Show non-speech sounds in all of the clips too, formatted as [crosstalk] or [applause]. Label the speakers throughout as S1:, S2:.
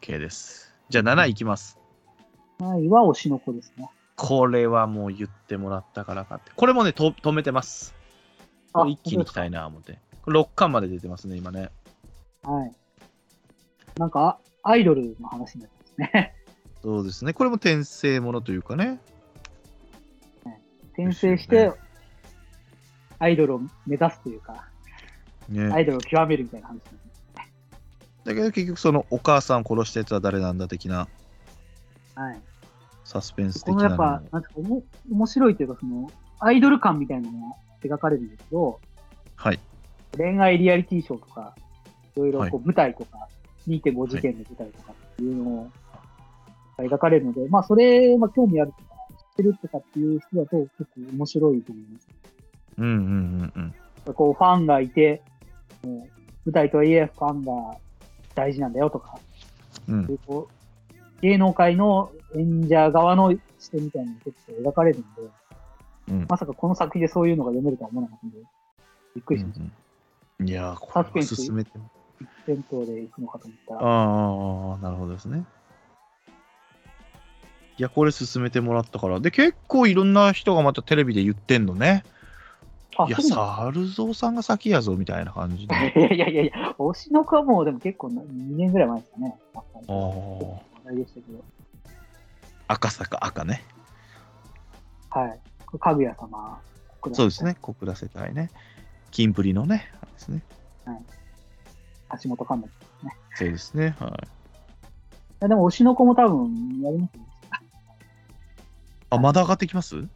S1: OK です。じゃあ7いきます。
S2: はい、は推しの子ですね。
S1: これはもう言ってもらったからかって。これもね、と止めてます。
S2: あ
S1: 一気に来たいな、思って。6巻まで出てますね、今ね。
S2: はい。なんか、あアイドルの話になってますね。
S1: そうですね。これも転生ものというかね。
S2: 転生
S1: で
S2: し
S1: すよ
S2: て、アイドルを目指すというか、
S1: ね
S2: アイドルを極めるみたいな話なんです。
S1: だけど結局そのお母さんを殺したやつは誰なんだ的な
S2: はい。
S1: サスペンス
S2: こ
S1: 的
S2: の
S1: な
S2: や
S1: の
S2: っ
S1: も
S2: ぱ、なんかおも面白いというか、その、アイドル感みたいなのが描かれるんですけど、
S1: はい。
S2: 恋愛リアリティショーとか、いろいろ
S1: はい
S2: こう舞台とか、2.5次元の舞台とかっていうのが描かれるので、まあそれ、まあ興味あるとか、知ってるとかっていう人だと結構面白いと思います。
S1: うんうんうんうん。
S2: こうファンがいて、もう舞台とはいえファンが大事なんだよとか、
S1: うん
S2: でこう芸能界の演者側の視点みたいなのが結構描かれるんで、
S1: うん
S2: まさかこの作品でそういうのが読めるとは思わなかったんで、びっくりしまし
S1: うんうんいやー、こ
S2: サス
S1: れ
S2: ペン
S1: は
S2: ス
S1: 進めて。
S2: た。戦闘で行くのかと思った
S1: あ
S2: ら
S1: ー、あー、あーなるほどですね。いや、これ進めてもらったから。で、結構いろんな人がまたテレビで言ってんのね。
S2: あ
S1: いや、
S2: そうなんだ
S1: サルゾウさんが先やぞ、みたいな感じで。
S2: いやいやいやいや、推しの子はもうでも結構な2年ぐらい前ですかね。あったん
S1: あ
S2: で
S1: ー
S2: 話題でしたけど。
S1: 赤坂赤ね。
S2: はい。これかぐや様。
S1: そうです。ね。小倉世帯ね。キンプリのね。あれですね。
S2: 橋本環奈。い
S1: そうですね。はい。
S2: やでも推しの子も多分やりますね。
S1: あ、まだ上がってきます
S2: い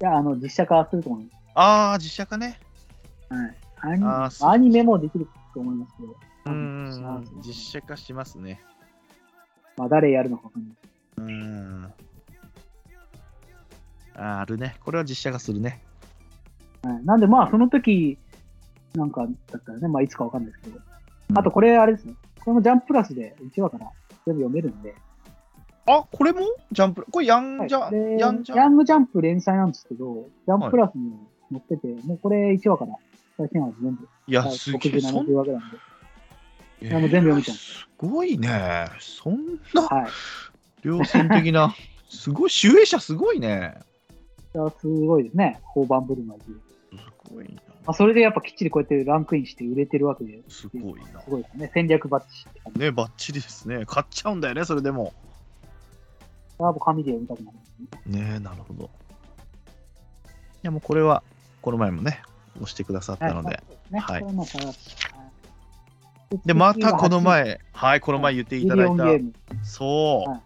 S2: や、あの、実写化すると思います。
S1: ああ、実写化ね。
S2: アニ
S1: あーそう
S2: アニメもできると思いますけど、
S1: うーん
S2: そう、
S1: 実写化しますね。
S2: まあ誰やるのかわかんない。
S1: うーん。あーあるね。これは実写化するね。
S2: はい、なんでまあその時、なんかだったらね、まあいつかわかんないですけど。
S1: うん
S2: あとこれあれですね。このジャンププラスで1話から全部読めるんで。
S1: あ、これもジャンプ。これヤン
S2: はい
S1: ジャン、
S2: で
S1: ヤンジャン。
S2: ヤングジャンプ連載なんですけど、ジャンププラスに載ってて、もうこれ1話から最新話まで全部、
S1: いや、すげえ、
S2: 60、
S1: そん
S2: 70話ぐらいなんで。
S1: な
S2: あの全部読みたい
S1: すごいね。そんな
S2: はい。
S1: 量産的
S2: [laughs]
S1: な。すごい、集英者すごいね。
S2: いやすごいですね、大盤振る舞いという。
S1: すごいな。
S2: まあ、それでやっぱきっちりこうやってランクインして売れてるわけで、
S1: すごいな
S2: す。ごいですね。戦略バッチって感じ。
S1: ね、ばっちりですね。買っちゃうんだよね、それでも。
S2: あもう紙で読みたくなるんですね。
S1: ねえ、なるほど。いや、もうこれは、この前もね、押してくださったので。は
S2: はいい。これもそうですねはい
S1: で、またこの、前、はい、この前言ってい
S2: 次
S1: た
S2: は
S1: だ
S2: ミ
S1: い
S2: リオンゲ
S1: た、
S2: ーム、
S1: そ
S2: は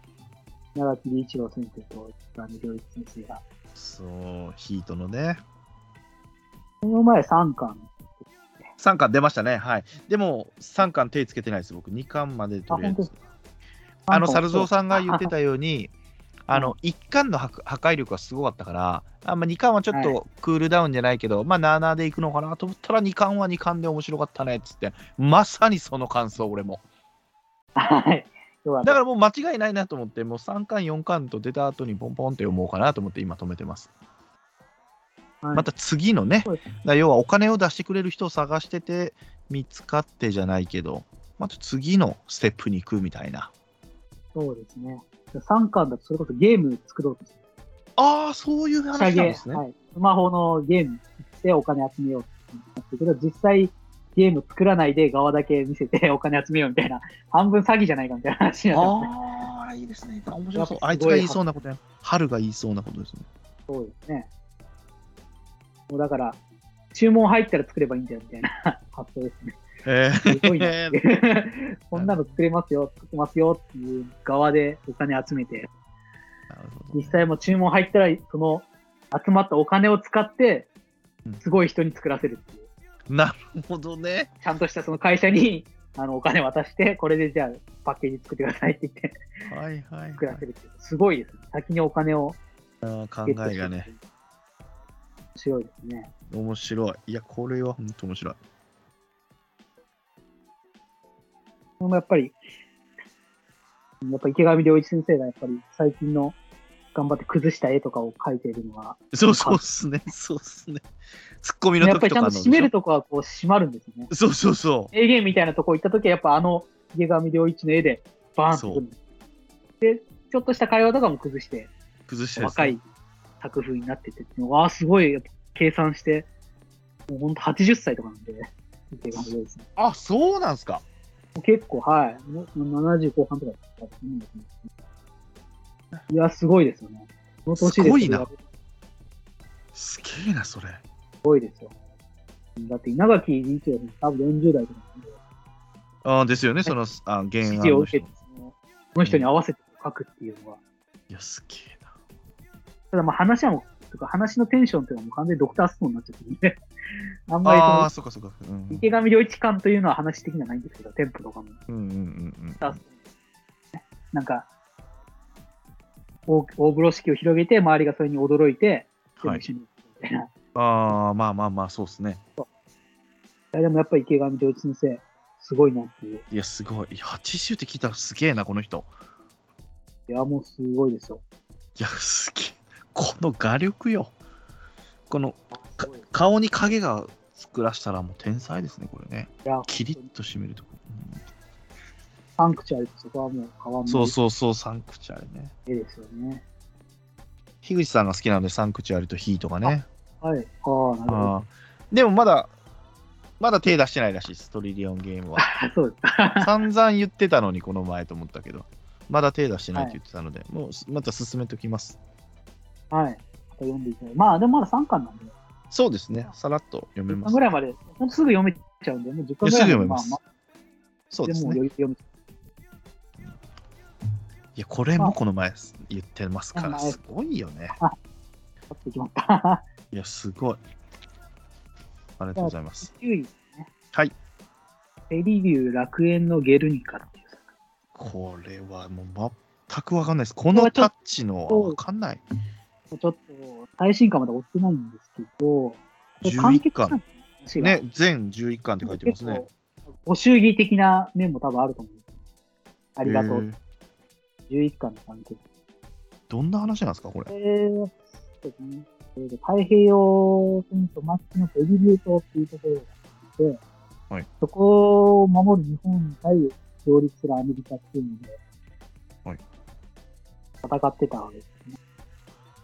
S2: 長木理一郎先生と岩見良一先生が、
S1: う、そう、ヒートのね、
S2: この前3巻、
S1: 3巻出ましたね、はい。でも、3巻手つけてないです、僕、2巻までとりあえ
S2: あ本当で
S1: ず。あの、猿蔵
S2: さ
S1: さんが言ってたように、あの1巻の破破壊力がすごかったから、あまあ、2巻はちょっとクールダウンじゃないけど、まあ、なあなあでいくのかなと思ったら、2巻は2巻で面白かったねっつって、まさにその感想、俺も。
S2: ん。はい。だか
S1: だからもう間違いないなと思って、もう3巻、4巻と出た後にポンポンって読もうかなと思って今止めてます。
S2: はい
S1: また次のね、だ
S2: そう
S1: か
S2: です
S1: ら要はお金を出してくれる人を探してて、見つかってじゃないけど、また次のステップに行くみたいな。
S2: そうですね。3巻だとそれこそゲーム作ろうとして、
S1: ああ、そういう
S2: 下
S1: 話
S2: げ
S1: なんですね。
S2: はい、スマホのゲーム作ってお金集めようってなってるけど、実際ゲーム作らないで側だけ見せてお金集めようみたいな、 [laughs] 半分詐欺じゃないかみたいな話になってますね。
S1: ああ、いいですね。面白そう
S2: やっ。ぱ
S1: あいつが言いそうなことや。春が言いそうなことですね。
S2: そうですね。もうだから、注文入ったら作ればいいんだよみたいな [laughs] 発想ですね。
S1: え
S2: すごいな
S1: え
S2: [laughs] こんなの作れますよ、作ってますよっていう側でお金集めて、
S1: なるほど
S2: [laughs] 実際も注文入ったら、その集まったお金を使って
S1: うん、
S2: すごい人に作らせるっていう。
S1: なるほどね。
S2: ちゃんとしたその会社に、 [laughs] あの、お金渡して、これでじゃあパッケージ作ってくださいって言って [laughs]
S1: はいはい、
S2: 作
S1: は
S2: らせるっていう。すごいです。先にお金を
S1: い。考
S2: ゲットして
S1: えがね。。
S2: 面白いですね。
S1: 面白い。いや、これは本当面白い。
S2: でもやっぱり、やっぱ池上良一先生がやっぱり最近の頑張って崩した絵とかを描いているのは、
S1: そうそうっすね。そうっすね。ツッコミの
S2: やっぱ
S1: 時
S2: り
S1: と
S2: ちゃ
S1: か
S2: ん
S1: の
S2: と
S1: でしょ。
S2: 締めるとこはこう締まるんですよね。
S1: そうそうそ
S2: 名言みたいなとこ行ったときはやっぱあの池上良一の絵でバーンとくる。で、ちょっとした会話とかも崩して、
S1: 崩したやつ
S2: 若い作風になっててっていうのが、あーすごい、やっぱ計算して、もうほんと80歳とかなんで、見てる感じですね
S1: あそうなんすか
S2: もう結構、はい。もう70後半とかだったと思うんですね。いや、すごいですよね。この年です
S1: ごいな
S2: す
S1: すげえなそれ
S2: ごいですよ。だって、稲垣理事長も多分40代とかなんで、
S1: あですよねそのあ原
S2: 指
S1: 案
S2: 示を
S1: の
S2: 受け
S1: 人
S2: て、そのその人に合わせて書くっていうのは、
S1: いやすげえな
S2: ただまあ話はもう、とか話のテンションっていうのはもう完全にドクターストーンになっちゃって [laughs] るんで、あんまり
S1: ああー
S2: そ
S1: そうかそうかうんう
S2: の
S1: ん
S2: 池上良一感というのは話的にはないんですけど、テンポとかも。
S1: うんうんうん
S2: なんか、大大風呂敷を広げて、周りがそれに驚いて、全部一緒にみたいな。い
S1: ああまあまあまあそうっすね
S2: やでもやっぱり池上良一先生、すごいなっていう。
S1: いやすごいいや80って聞いたらすげえなこの人
S2: いや、もうすごいですよ。
S1: いやすげえこの画力よこのか顔に影が作らしたらもう天才ですねこれね
S2: いや、
S1: キリッと締めるとこ、
S2: サンクチュアリってそこはもう変わ
S1: うんん
S2: な
S1: そ
S2: いう
S1: そうそうサンクチュアリね
S2: 絵ですよね。
S1: 樋口さんが好きなのでサンクチュアリとヒーとかね
S2: はい。ああ、なるほど。
S1: あーでもまだまだ手出してないらしいですトリリオンゲーム
S2: [laughs]
S1: は
S2: そうですか。
S1: 散々言ってたのにこの前と思ったけどまだ手出してないって言ってたので、もうすまた進めときます
S2: はい。また読んでいただいて。まあ、でもまだ3巻なんで、
S1: そうですねさらっと読め
S2: 10
S1: ま
S2: 巻
S1: す
S2: ぐらいまで、ほんとすぐ読めちゃうんで、もう10巻
S1: いや
S2: ぐ
S1: す
S2: ら
S1: ぐ読
S2: いまで
S1: めます、
S2: まあ
S1: そう
S2: で
S1: です
S2: も
S1: ね
S2: 余裕読めちゃ
S1: いやこれもこの前言ってますか
S2: ま
S1: ら
S2: あ
S1: すごいよね
S2: うってきまった。
S1: いや、すごい。ありがとうございます。
S2: 9位 [laughs] ですね。
S1: はい。
S2: ペリビュー楽園のゲルニカっていう作
S1: これはもう全くわかんないです。このタッチのはわかんない。
S2: 品。ちょっと最新刊まだ追ってないんですけど、
S1: 11巻。
S2: 結
S1: ね、全11巻って書いてますね。
S2: 構ご祝儀的な面も多分あると思うんです。あ
S1: あ
S2: りがとう。。11巻の関係。
S1: どんな話なんですか、これ
S2: え。ー、そうですね。えーと太平洋戦争末期のペリビュー島っていうところがあって、
S1: はい
S2: そこを守る日本に対上陸するアメリカっていうので、
S1: はい
S2: 戦ってたわけですね。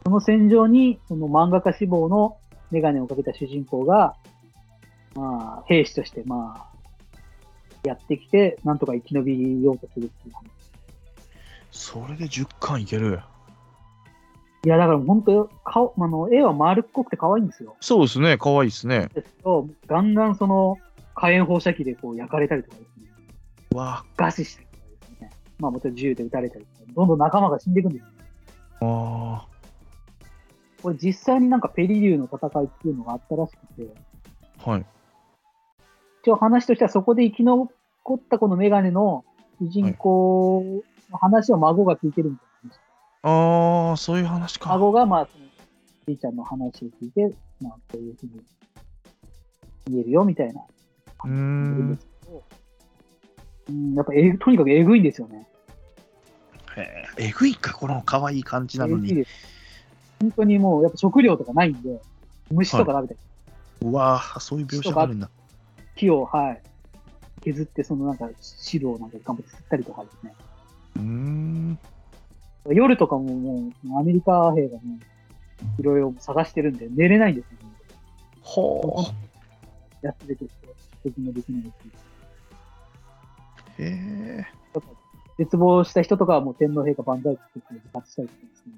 S2: その戦場に、その漫画家志望のメガネをかけた主人公が、まあ、兵士として、まあ、やってきて、なんとか生き延びようとするっていう話
S1: それで10巻いける。
S2: いや、だから本当、顔、あの、絵は丸っこくて可愛いんですよ。
S1: そうですね、かわいいですね。
S2: ですけど、ガンガンその火炎放射器でこう焼かれたりとかですね、
S1: わ
S2: 餓死したりとかですね、まあもちろん銃で撃たれたりとか、どんどん仲間が死んでいくんですよ。
S1: あ。あ
S2: これ実際になんかペリリューの戦いっていうのがあったらしくて、
S1: ーはい。
S2: 一応話としてはそこで生き残ったこのメガネの主人公の話を孫が聞いてるみたいな話。
S1: ああ、そういう話か。
S2: 孫がまあ、そのじいちゃんの話を聞いて、まあこういうふうに見えるよみたいな。
S1: うー
S2: うん
S1: ん。
S2: うん、やっぱえぐとにかくえぐいんですよね。
S1: へーえぐいか、このかわいい感じなの
S2: えぐい
S1: に。
S2: です本当にもう、やっぱ食料とかないんで、虫とか食べたり、
S1: うわあ、そういう描写があるんだ。
S2: 木を、はい、削って、そのなんか汁をなんか頑張って吸ったりとかですね。
S1: うーん。
S2: 夜とかももう、アメリカ兵がね、いろいろ探してるんで、寝れないんですよ、ね。
S1: ほ
S2: やって出てきて、出撃もできないし。
S1: う。へえ。
S2: 絶望した人とかはもう天皇陛下万歳って言って自殺したりとかですね。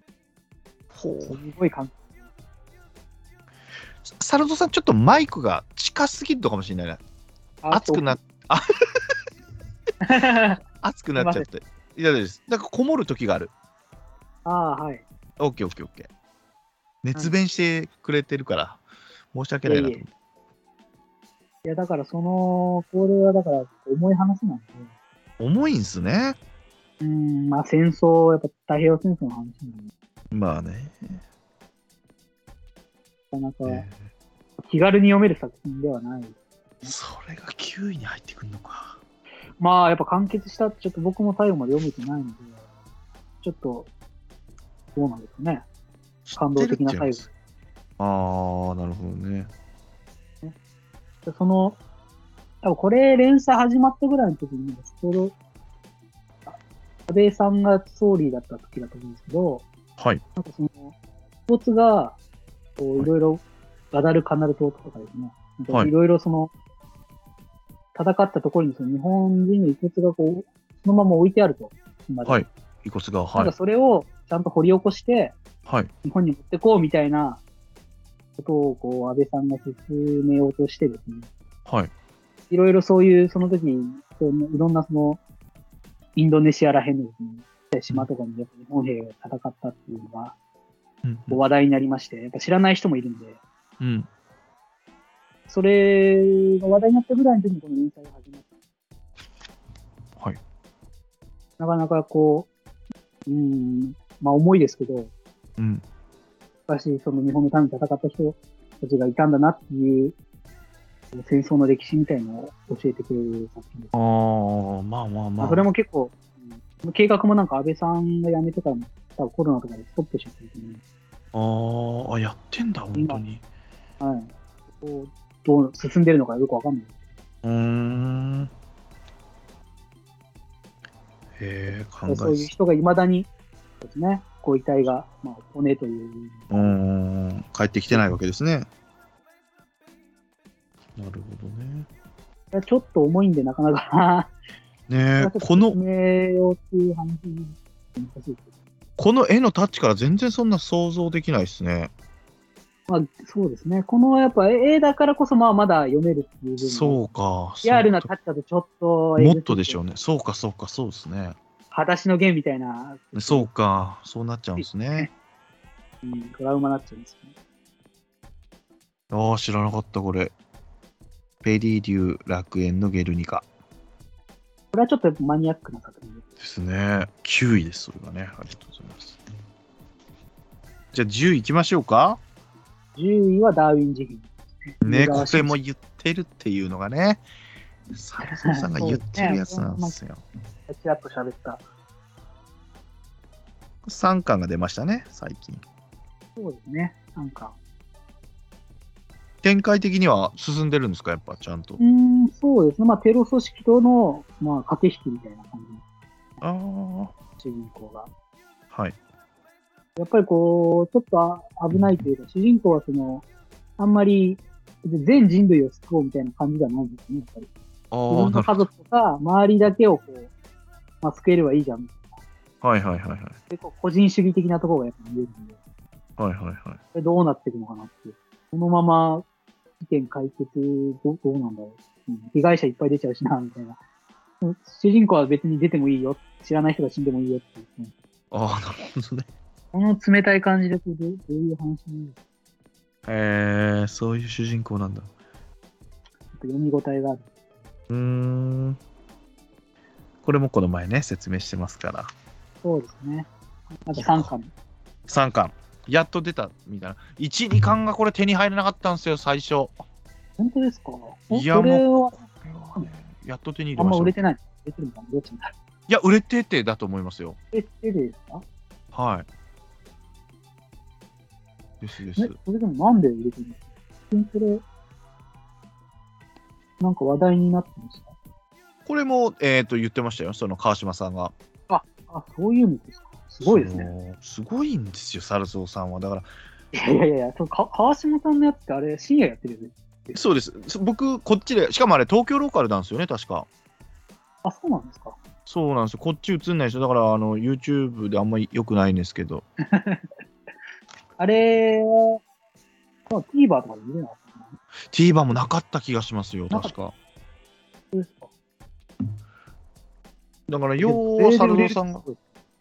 S1: ほう。
S2: すごい感
S1: サルトさん、ちょっとマイクが近すぎるのかもしれないな。熱くなっ
S2: あ
S1: [laughs] 熱くなっちゃって。いやです。だからこもる時がある。
S2: あー、はい。
S1: オッケーオッケーオッケー。熱弁してくれてるから、申し訳ないなと思って。
S2: いや、だからその、これはだから重い話なんで、
S1: 重いんすね。
S2: うーん、まあ戦争、やっぱ太平洋戦争の話なんで、
S1: まあね。
S2: なかな
S1: え
S2: か気軽に読める作品ではない。
S1: ーそれが9位に入ってくるのか。
S2: まあやっぱ完結したって、ちょっと僕も最後まで読めてないので、ちょっと、どうなんですかね。感動的な最後
S1: 知ってるっていうのああ、なるほどね。
S2: でその、多分これ連載始まったぐらいの時に、ストロ、安倍さんが総理だった時だと思うんですけど、
S1: はい。
S2: なんかその、スポーツが、こう、いろいろ、ガダルカナル島とかですね、なんか
S1: はい
S2: いろいろその、戦ったところにその日本人の遺骨がこう、そのまま置いてあると。今で
S1: はい。遺骨が、
S2: なん
S1: は
S2: か
S1: い。
S2: それをちゃんと掘り起こして、
S1: はい。
S2: 日本に持ってこうみたいなことを、こう、安倍さんが進めようとしてですね、
S1: はい。
S2: いろいろそういう、その時、そういろんなその、インドネシアらへんのですね、島とかにやっぱ日本兵が戦ったっていうのが、
S1: うん
S2: こう話題になりまして、やっぱ知らない人もいるんで、
S1: うん。
S2: それが話題になったぐらいの時にこの連載が始まった。
S1: はい。
S2: なかなかこう、うん、まあ重いですけど、
S1: うん。
S2: 昔その日本のために戦った人たちがいたんだなっていう、戦争の歴史みたいなのを教えてくれる作品です。
S1: ああ、まあまあま
S2: ま
S1: あ。
S2: あ、それも結構、うん計画もなんか安倍さんが辞めてからも、多分コロナとかでストップしちゃってると思うんで
S1: あーあ、やってんだ、本当に。
S2: はい。こうどう進んでるのかよくわかんない。
S1: うーん。へえ、考え
S2: そういう
S1: す
S2: 人がいまだに、そうですね、ご遺体が、まあ、骨という、
S1: うーん。帰ってきてないわけですね。なるほどね。
S2: ちょっと重いんで、なかなか [laughs]
S1: ねえ、この
S2: 説、明をっていう話、難しいです。
S1: この絵のタッチから全然そんな想像できないですね。
S2: まあ、そうですね、このやっぱ絵だからこそ、まあ、まだ読めるっていう部分
S1: そうか。
S2: リアルな
S1: そうか
S2: タッチだとちょっと、
S1: もっとでしょう
S2: ね。
S1: ね。そうか、そうか、そうですね。
S2: 裸足の弦みたいな、
S1: そうか、そうなっちゃうんですね。
S2: うんトラウマになっちゃうんですよね。
S1: ああ、知らなかった、これ。ペリリュー楽園のゲルニカ
S2: これはちょっとマニアックな作品です。
S1: ですね。9位です、それがね。ありがとうございます。じゃあ10位いきましょうか。
S2: 10位はダーウィン事変。
S1: ね、
S2: 宇田
S1: こ
S2: 川
S1: れ
S2: 慎
S1: も
S2: 一
S1: 言ってるっていうのがね、サラソさんが言ってるやつなんですよ。
S2: ちらっと喋った。
S1: 3巻が出ましたね、最近。
S2: そうですね、なんか。
S1: 展開的には進んでるんですか、やっぱちゃんと
S2: う。ん、そうですね。まあ、テロ組織との、まあ、駆け引きみたいな感じ
S1: あ
S2: の
S1: あ、
S2: 主人公が。
S1: はい。
S2: やっぱりこう、ちょっとあ危ないというか、主人公はその、あんまり、全人類を救おうみたいな感じではないんですね、やっぱり。
S1: あ
S2: 自
S1: あ、
S2: 分
S1: な
S2: の
S1: るほ
S2: 家
S1: ど。
S2: 族とか、周りだけをこう、まあ、救えればいいじゃん。
S1: はいはいはいはい。
S2: 結構個人主義的なところがやっぱ見えるんで、こ
S1: はいはいはい。
S2: れどうなっていくのかなっていう。このまま、事件解決ど、どうなんだろう、うん。被害者いっぱい出ちゃうしな、みたいな。うん主人公は別に出てもいいよ。知らない人が死んでもいいよっていう。うん
S1: ああ、なるほどね。
S2: この冷たい感じでこうどうどういう話にちょ
S1: えー、そういう主人公なんだ。
S2: っと読み応えがある。
S1: うーん。これもこの前ね、説明してますから。
S2: そうですね。なんか3巻。
S1: 3巻。やっと出たみたいな。1、2巻がこれ手に入らなかったんですよ、最初。
S2: 本当ですかえ
S1: いや
S2: これは
S1: やっと手に入
S2: あ
S1: れ
S2: ん
S1: まし
S2: ま
S1: た
S2: 売
S1: よ。
S2: れ
S1: い
S2: てない。売れてるのかなどっちなんだろ
S1: や、売れててだと思いますよ。
S2: う。え、絵でですか
S1: はい。ですで
S2: え
S1: す。、
S2: それでもなんで売れてるんですか普通にそれ、なんか話題になってまし
S1: これも、えっ、と、言ってましたよ、その川島さんが。
S2: た。あ、そういうのですかすごいですね。
S1: ね。すごいんですよ、サルソーさんは。だから、
S2: いやいやいや、そのか川島さんのやつってあれ、深夜やってるよね。
S1: そうです。そ僕、こっちで、しかもあれ、東京ローカルなんですよね、確か。
S2: あ、そうなんですか
S1: そうなんですよ。こっち映んないでしょ。だから、あの、YouTube であんまり良くないんですけど。
S2: あれは、まあ TVer とかで見れなかったかな
S1: TVer もなかった気がしますよ、
S2: なかっ
S1: 確か。
S2: そうですか
S1: だから、
S2: で
S1: 要
S2: も
S1: は、
S2: そ
S1: サ
S2: れで
S1: ル
S2: 売
S1: ゾ
S2: れ
S1: ウさん
S2: る
S1: が、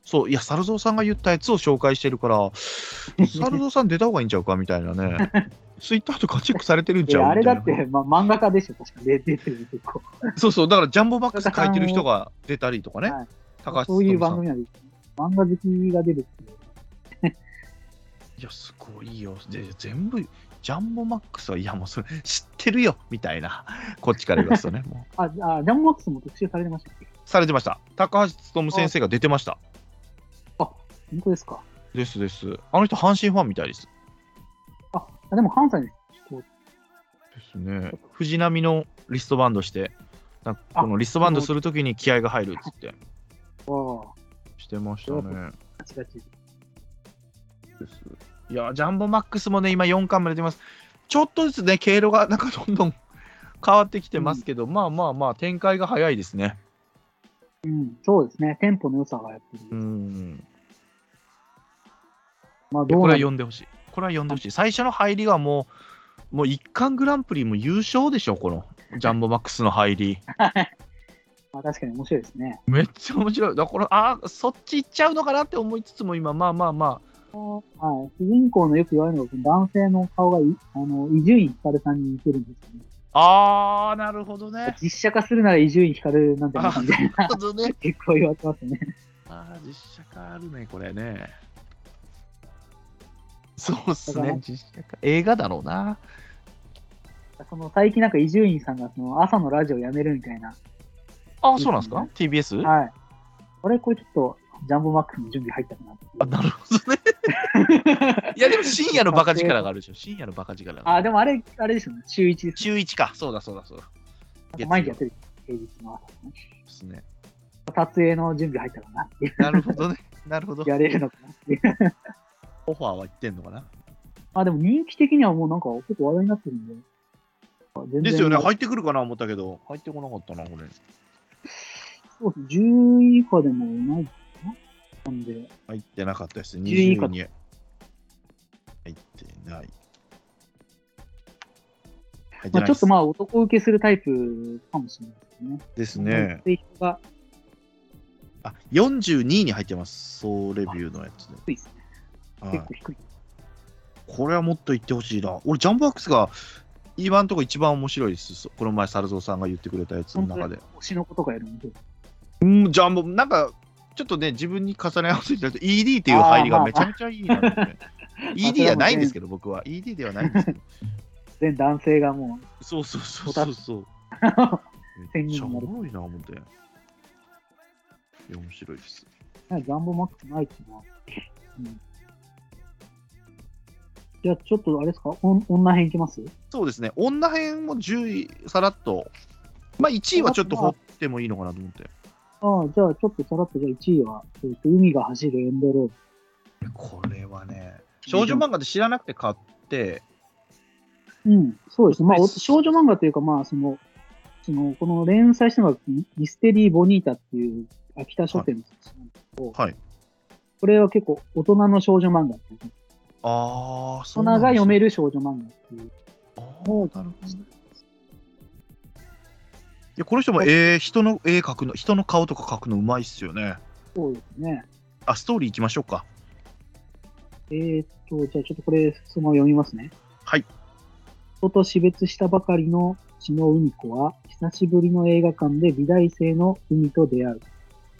S1: そう、いや、サルゾウさんが言ったやつを紹介してる
S2: [laughs]
S1: から、サルゾウさん出た方がいいんちゃうかみたいなね。ツイッターとかチェックされてるん
S2: い
S1: ちゃう
S2: や、あれ
S1: みた
S2: だ
S1: いな
S2: って、まあ、漫画家でしょ、確かで出てる結構。
S1: そうそう、だから、ジャンボマックス書いてる人が出たりとかね。
S2: はい
S1: 高橋
S2: そういう
S1: 努さん
S2: 番組なんですね。漫画好きが出るっていう。
S1: いや、すごいよ。で、全部、ジャンボマックスは、いや、もうそれ、 [laughs] 知ってるよみたいな、こっちから言わすとね、もう。
S2: あ、あジャンボマックスも特集されてましたっけ
S1: されてました。高橋勉先生が出てました。
S2: 本当ですか
S1: ですです。あの人、阪神ファンみたいです。
S2: あでも関西の人、
S1: ですね。藤波のリストバンドして、なんかこのリストバンドするときに気合が入るっつって。
S2: は、
S1: してましたね。
S2: ガチガチ。
S1: いや、ジャンボマックスもね、今4巻まで出てます。ちょっとずつね、経路がなんかどんどん変わってきてますけど、まあまあまあ、展開が早いですね。
S2: うん、そうですね。テンポの良さがやっぱり。
S1: うん。
S2: まあ、
S1: これ
S2: どう
S1: は
S2: な
S1: 読んでほしい。これは読んでほしい。最初の入りがもう、もう1巻グランプリも優勝でしょ、このジャンボマックスの入り。
S2: まあ、確かに面白いですね。
S1: めっちゃ面白い。だから、ああ、そっち行っちゃうのかなって思いつつも、今、まあまあまあ、
S2: はい。主人公のよく言われるのが、男性の顔がい、あの、伊集院光さんに似てるんですよね。
S1: ああ、なるほどね。
S2: 実写化するなら伊集院光なんてな感じで、
S1: なるほどね。
S2: 結構言われてますね。
S1: [laughs] ああ、実写化あるね、これね。そうっす
S2: だから
S1: ね、実写化。映画だろうな。
S2: その、最近なんか伊集院さんが、その、朝のラジオやめるみたいな。
S1: あ
S2: ん
S1: あ、そうなんですか ?TBS?
S2: はい。あれこれちょっと、ジャンボマックスの準備入ったかなっていう
S1: あ、なるほど [laughs] ね。いや、でも深夜のバカ力があるでしょ。深夜のバカ力がある。
S2: あ、でもあれ、あれですよね。週一です。
S1: 週1か。そうだ、そうだ、そうだ。月曜
S2: 毎日やってる。平日の朝ね。
S1: ですね。
S2: 撮影の準備入ったかなっていう。
S1: なるほどね。なるほど。
S2: やれるのかなっていう。
S1: オファーは言ってんのかな。
S2: あ、でも人気的にはもうなんか結構話題になってるんで。全然
S1: ですよね。入ってくるかな思ったけど、入ってこなかったな、これ。
S2: そうです10位以下でもないかななんで、
S1: 入ってなかったです。
S2: 10
S1: 20
S2: 以下
S1: に入ってない。入って
S2: ま
S1: な
S2: あ、
S1: い
S2: ちょ
S1: で
S2: っと
S1: す
S2: まあ男受けするタイプかもしれないですね。
S1: ですね。
S2: そういう人が
S1: あ、42位に入ってます。総レビューのやつで。
S2: 低いですね。
S1: はい
S2: 結構低い。
S1: これはもっと言ってほしいな。俺、ジャンボワックスが今んとこ一番面白いです。そこの前、猿蔵さんが言ってくれたやつの
S2: 本当に
S1: 中で。
S2: 推しの子とかやるんで。
S1: うん、ジャンボ、なんか、ちょっとね、自分に重ね合わせてると ED っていう入りがめちゃめちゃいいなと思って、ED ではないんですけど、僕は。ED ではないんですけど。
S2: 全男性がもう、
S1: そうそうそうそう [laughs] そう。め
S2: 専
S1: っちゃ
S2: 任
S1: お
S2: になる
S1: もろいな、思って。いや、面白いです。
S2: なんかジャンボマックスないかな。うん。じゃあちょっとあれですか、おん女編いきます
S1: そうですね、女編も10位、さらっと。まあ、1位はちょっと掘ってもいいのかなと思って。
S2: ああ、じゃあちょっとさらっと、じゃあ1位は、えーと海が走るエンドロール。
S1: これはね、少女漫画で知らなくて買って、
S2: うん、そうですね。まあ、
S1: で
S2: お
S1: す
S2: 少女漫画というか、まあ、その、その、この連載したのがミミステリー・ボニータっていう秋田書店の雑誌なんですけど、
S1: はい
S2: これは結構大人の少女漫画っていう、
S1: ああ、そ
S2: 大人が読め
S1: る。
S2: る少女漫画っていう。
S1: あー
S2: もう
S1: なるほどね。いやこの人も絵人の絵描くの人の顔とか描くのうまいっすよね。
S2: そうですね。
S1: あストーリーいきましょうか。
S2: えーっと、じゃあちょっとこれ、そのまま読みますね。
S1: はい。
S2: 人と死別したばかりの血の海子は、久しぶりの映画館で美大生の海と出会う。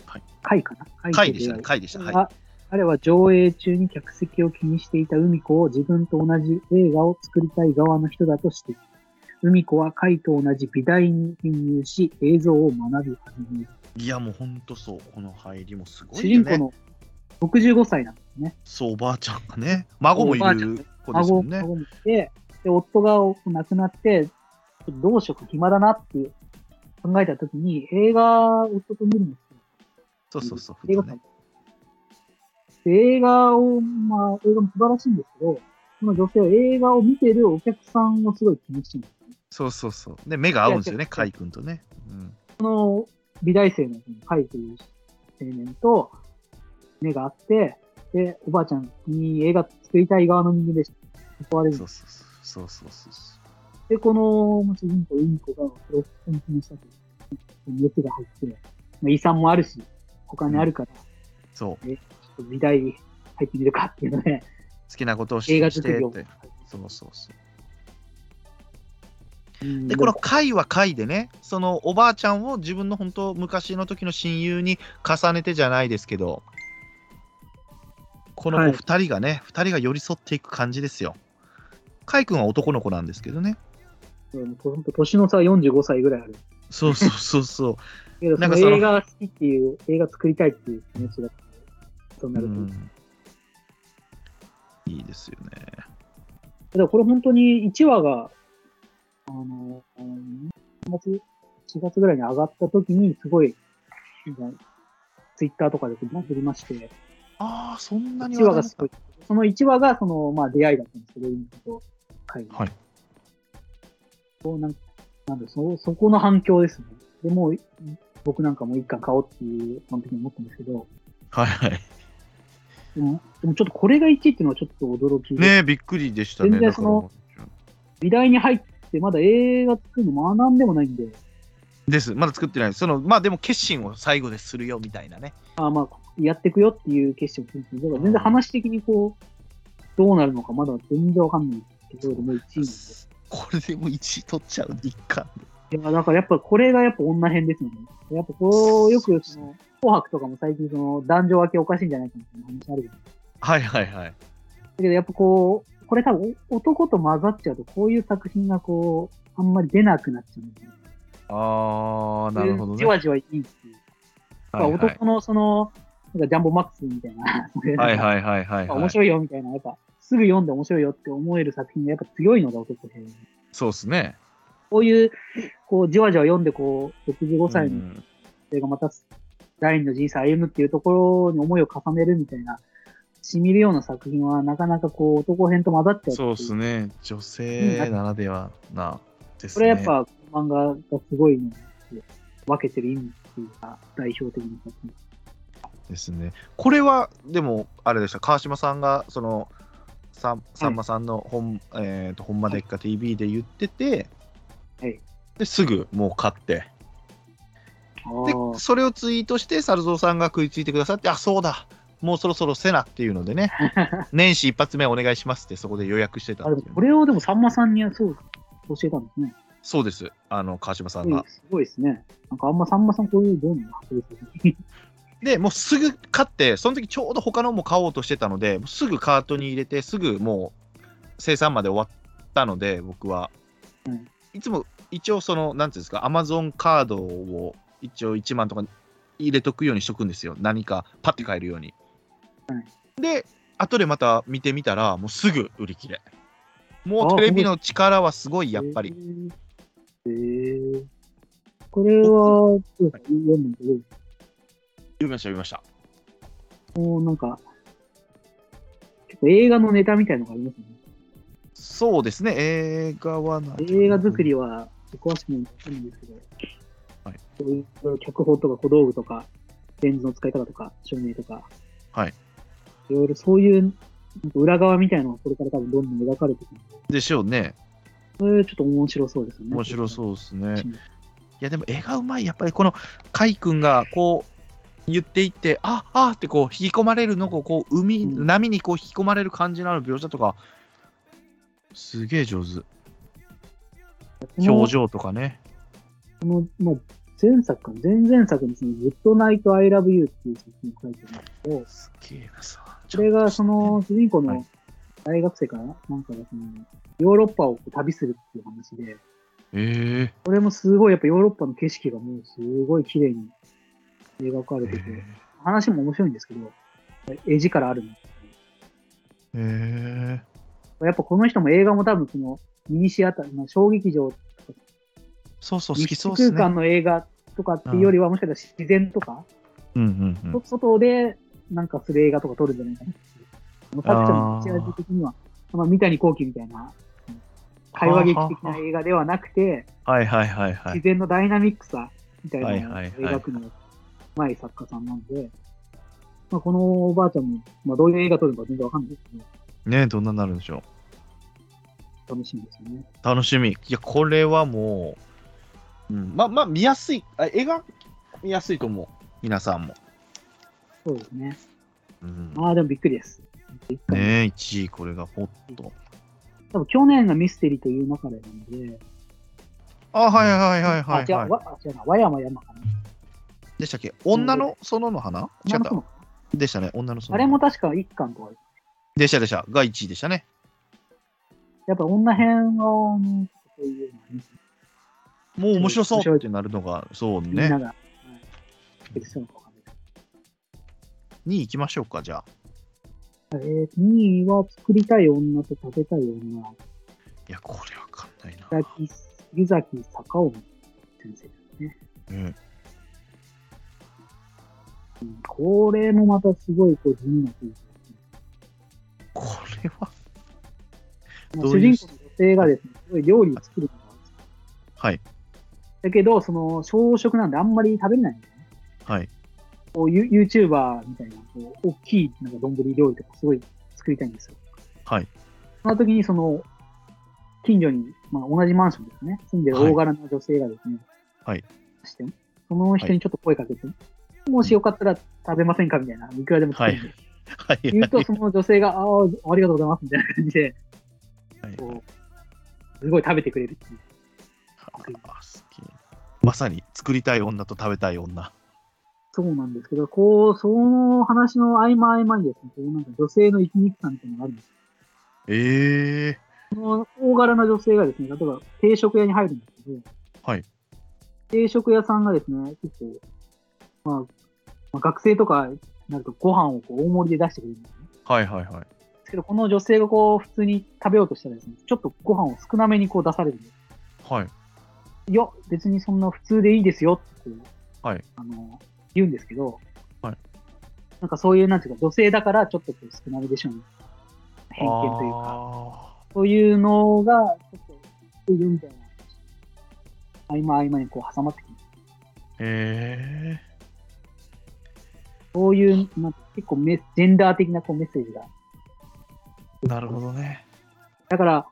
S1: はい。
S2: 貝かな貝と
S1: 回でし
S2: 出
S1: た
S2: 会う
S1: ね回でした。はい。
S2: あ彼は上映中に客席を気にしていた海子を自分と同じ映画を作りたい側の人だとして海子は海と同じ美大に編入し映像を学び始める。
S1: いやもうほんとそうこの入りもすご
S2: 主
S1: いよ
S2: 人公
S1: ね。
S2: の65歳なんですね。
S1: そうおばあちゃんがね孫もい
S2: おばあちゃん
S1: る子です
S2: 孫
S1: も
S2: を
S1: んね。
S2: 孫もいて、で夫が亡くなって、どうしようか暇だなって考えたときに映画を夫と見るの好き
S1: そうそうそう。
S2: 映
S1: 普
S2: 画
S1: 段ね
S2: 館。で映画を、まあ、映画も素晴らしいんですけど、その女性は映画を見てるお客さんをすごい気にしてるんですね。
S1: そうそうそう。で目が合うんですよ
S2: い
S1: ね
S2: や違う
S1: 海君とね。うん
S2: 美大生のカイという青年と目があって、で、おばあちゃんに映画作りたい側の人間でした。壊れるん
S1: そ
S2: で
S1: うそうそうそうそうそう。
S2: で、この主人公、インコがそれを本気にしたという熱が入って、まあ、遺産もあるし、お金あるから、
S1: そう
S2: えちょっと美大入ってみるかっていうので、
S1: 好きなことをし
S2: 映画
S1: し
S2: 作
S1: て
S2: りを
S1: っ。て。そうそうそう。
S2: うん
S1: でこの回は回でねそのおばあちゃんを自分の本当昔の時の親友に重ねてじゃないですけどこの
S2: はい
S1: お二人がね、二人が寄り添っていく感じですよ。かいくんは男の子なんですけどね。
S2: うんほんと年の差は45歳ぐらいある。
S1: そうそうそうそ [laughs]
S2: けど
S1: なんか
S2: そ
S1: その
S2: の映画好きっていう、映画作りたいっていう気持ちが、そう
S1: う。
S2: な
S1: う
S2: ると。
S1: ん、いいですよね。
S2: でもこれ本当に1話が、あの、うん4月、4月ぐらいに上がった時に、すごい、なんかツイッターとかでバズりまして、
S1: ああ、そんなに
S2: 1話がすご
S1: い。
S2: い。その1話が、その、まあ、出会いだったんですけど、今と会
S1: はい。
S2: そうなんなんでそ、そこの反響ですね。でもう、僕なんかもう一巻買おうっていう、その時に思ったんですけど、
S1: はいはい。
S2: でも、でもちょっとこれが1位っていうのはちょっと驚きで、
S1: ねえ、びっくりでしたね。
S2: 全然その
S1: だから
S2: 美大に入って、まだ映画作るの学んでもないんで、
S1: です。まだ作ってないです。その、まあでも決心を最後でするよみたいなね。
S2: あまあ、やっていくよっていう決心をするんですけど、だから全然話的にこう、どうなるのかまだ全然わかんないんですけど、でも1位なんで。
S1: これでも1位取っちゃう、一巻。
S2: いや、だからやっぱこれがやっぱ女編ですよね。やっぱこう、よくその、紅白とかも最近その、男女分けおかしいんじゃないかみたいな話あるじゃない
S1: はいはいはい。
S2: だけどやっぱこう、これ多分お男と混ざっちゃうと、こういう作品がこう、あんまり出なくなっちゃうんですよね。
S1: ああ、なるほどね。
S2: じわじわいいっていう。
S1: はい
S2: やっぱ男のその、なんかジャンボマックスみたいな。
S1: はいはいはいはい
S2: やっぱ
S1: はい。
S2: 面白いよみたいな、やっぱ、すぐ読んで面白いよって思える作品がやっぱ強いので、男編。
S1: そうですね。
S2: こういう、こう、じわじわ読んで、こう、65歳
S1: う
S2: の
S1: ん
S2: それがまた第二の人生を歩むっていうところに思いを重ねるみたいな、しみるような作品はなかなかこう男編と混ざっちゃうってい
S1: そうですね。女性ならではなです
S2: こ
S1: ね。
S2: れはやっぱこの漫画がすごいね、分けてる意味っていうか、代表的な作品。
S1: ですね。これはでもあれでした。川島さんがそのさんさんまさんの本、えっ、と本間でっか TV で言ってて、
S2: はい
S1: ですぐもう買って、で
S2: あ
S1: それをツイートして猿蔵さんが食いついてくださって、あそうだ。もうそろそろせなっていうので
S2: [laughs]
S1: ね、年始一発目お願いしますってそこで予約してた
S2: あ。あ
S1: っ
S2: で
S1: てい
S2: も
S1: う
S2: これをでもさんまさんにはそう教えたんですね。
S1: そうです。あの川島さん
S2: うん
S1: が。
S2: すごいですね。なんかあんまさんまさんこういうどうなのこういう作品
S1: で、もうすぐ買って、その時ちょうど他のも買おうとしてたので、もうすぐカートに入れて、すぐもう生産まで終わったので、僕は。
S2: うん
S1: いつも一応、その、なんていうんですか、アマゾンカードを一応1万とか入れとくようにしとくんですよ。何かパッて買えるように。で、後でまた見てみたら、もうすぐ売り切れ。もうテレビの力はすごい、やっぱり。。
S2: へえこれは、どうですか読んでみてどうですか
S1: 読みました、読みました。
S2: もうなんか、結構映画のネタみたいのがありますね。
S1: そうですね、映画はなんて
S2: 映画作りは詳しくないんですけど、
S1: はい
S2: そういういろいろ脚本とか小道具とか、レンズの使い方とか、照明とか、
S1: はい、
S2: いろいろそういうなんか裏側みたいなのがこれから多分どんどん描かれてくる。
S1: でしょうね。
S2: それちょっと面白そうですよね。
S1: 面白そうですね。
S2: うん
S1: いやでも絵がうまい、やっぱりこの甲斐君がこう言っていって、ああってこう引き込まれるのをこう海、
S2: うん
S1: 波にこう引き込まれる感じのある描写とか、すげえ上手。
S2: この
S1: 表情とかね。
S2: この、まあ、前作か、前々作にその、グッドナイト・アイ・ラブ・ユーっていう作品を書いてるんですけど、
S1: すげえなさ。
S2: それがその主人公
S1: は
S2: の
S1: い
S2: 大学生かな、なんかがそのヨーロッパを旅するっていう話で、
S1: え
S2: これもすごいやっぱヨーロッパの景色がもうすごい綺麗に描か
S1: え
S2: れて
S1: ー
S2: て、話も面白いんですけど、絵力ある
S1: えー
S2: の。やっぱこの人も映画も多分そのミニシアター、まあ、小劇場、
S1: そうそう、好
S2: 密
S1: きそう
S2: 室
S1: っす
S2: 空
S1: ね
S2: 間。の映画とかっていうよりは、もしかしたら自然とか、
S1: うんうんうん
S2: そ外でなんかする映画とか撮るんじゃないかなっていう。作者の持ち味的には、まあ、三谷幸喜みたいな、会話劇的な映画ではなくて、
S1: はいはいはいは
S2: 自
S1: い。
S2: 然のダイナミックさみたいな
S1: はい
S2: のを
S1: はいはい
S2: 描くのがうまい作家さんなんで、まあ、このおばあちゃんも、まあ、どういう映画撮るのか全然わかんないですけど、
S1: ねえどんなになるんでしょう。
S2: 楽しみですよね。
S1: 楽しみ。いや、これはもう、うん、まあまあ、見やすい。あ絵が見やすいと思う。皆さんも。
S2: そうですね。
S1: うん、
S2: ああ、でもびっくりです。
S1: ねえ、1位、これがポッと。
S2: 多分去年がミステリーという中でなんで、
S1: あ、はいはいはい
S2: あ、
S1: はい、
S2: 違
S1: は
S2: う、わあ違うな、和山山かな。
S1: い。でしたっけ女の園の花違
S2: 女
S1: っ
S2: の子
S1: た。
S2: も
S1: でしたね、女の園の花。
S2: あれも確か一巻とか、
S1: でしたでした。が1位でしたね。
S2: やっぱ女編の、うんそういうのはね、
S1: もう面白そ
S2: 面白
S1: う
S2: い
S1: ってなるのが、そう
S2: みんな
S1: ね。
S2: が、はい、びっくりするのかわかんないけど
S1: 2位行きましょうか、じゃあ。
S2: えー、2位は作りたい女と食べたい女。
S1: いや、これわかんないな。
S2: 湯崎湯崎坂尾先生ですね。
S1: うん
S2: うんこれもまたすごいこう地味なという
S1: これは、
S2: まあ
S1: ど
S2: 主
S1: ういう
S2: 人公の女性がですね、すごい料理を作るのが好き
S1: はい、
S2: だけど、その、小食なんであんまり食べれないんですね。
S1: はい、
S2: こう、ユ YouTuber みたいな、こう、大きい、なんか丼料理とかすごい作りたいんですよ。
S1: はい、
S2: その時に、その、近所に、まあ、同じマンションですね、住んでる大柄な女性がですね、
S1: はい。
S2: して、その人にちょっと声かけて、もしよかったら食べませんかみたいな、いくらでも作るんで。
S1: はい、
S2: 言う
S1: は
S2: と、
S1: い
S2: その女性が、ああ、ありがとうございます、みたいな感じで、
S1: はい
S2: こう、すごい食べてくれるっていう。
S1: あすげえまさに作りたい女と食べたい女。
S2: そうなんですけど、こう、その話の合間合間にですね、こうなんか女性の生きにくさみたいなのがあるんです。
S1: ええ
S2: その大柄な女性がですね、例えば定食屋に入るんですけど、
S1: はい。
S2: 定食屋さんがですね、結構、まあ、まあ、学生とかになるとご飯をこう大盛りで出してくれるんですね。
S1: はいはいはい。
S2: ですけど、この女性がこう、普通に食べようとしたらですね、ちょっとご飯を少なめにこう出されるんです。
S1: はい。
S2: いや、別にそんな普通でいいですよってこう、
S1: はい
S2: あの言うんですけど、
S1: はい
S2: なんかそういう、なんていうか、女性だからちょっとこう少なめでしょみたいな偏見というか、
S1: か。
S2: そういうのが、ちょっと、いるみたいな、合間合間にこう挟まってくる。
S1: え
S2: そういう、なんか結構メジェンダー的なこうメッセージが。
S1: えなるほどね。
S2: だから、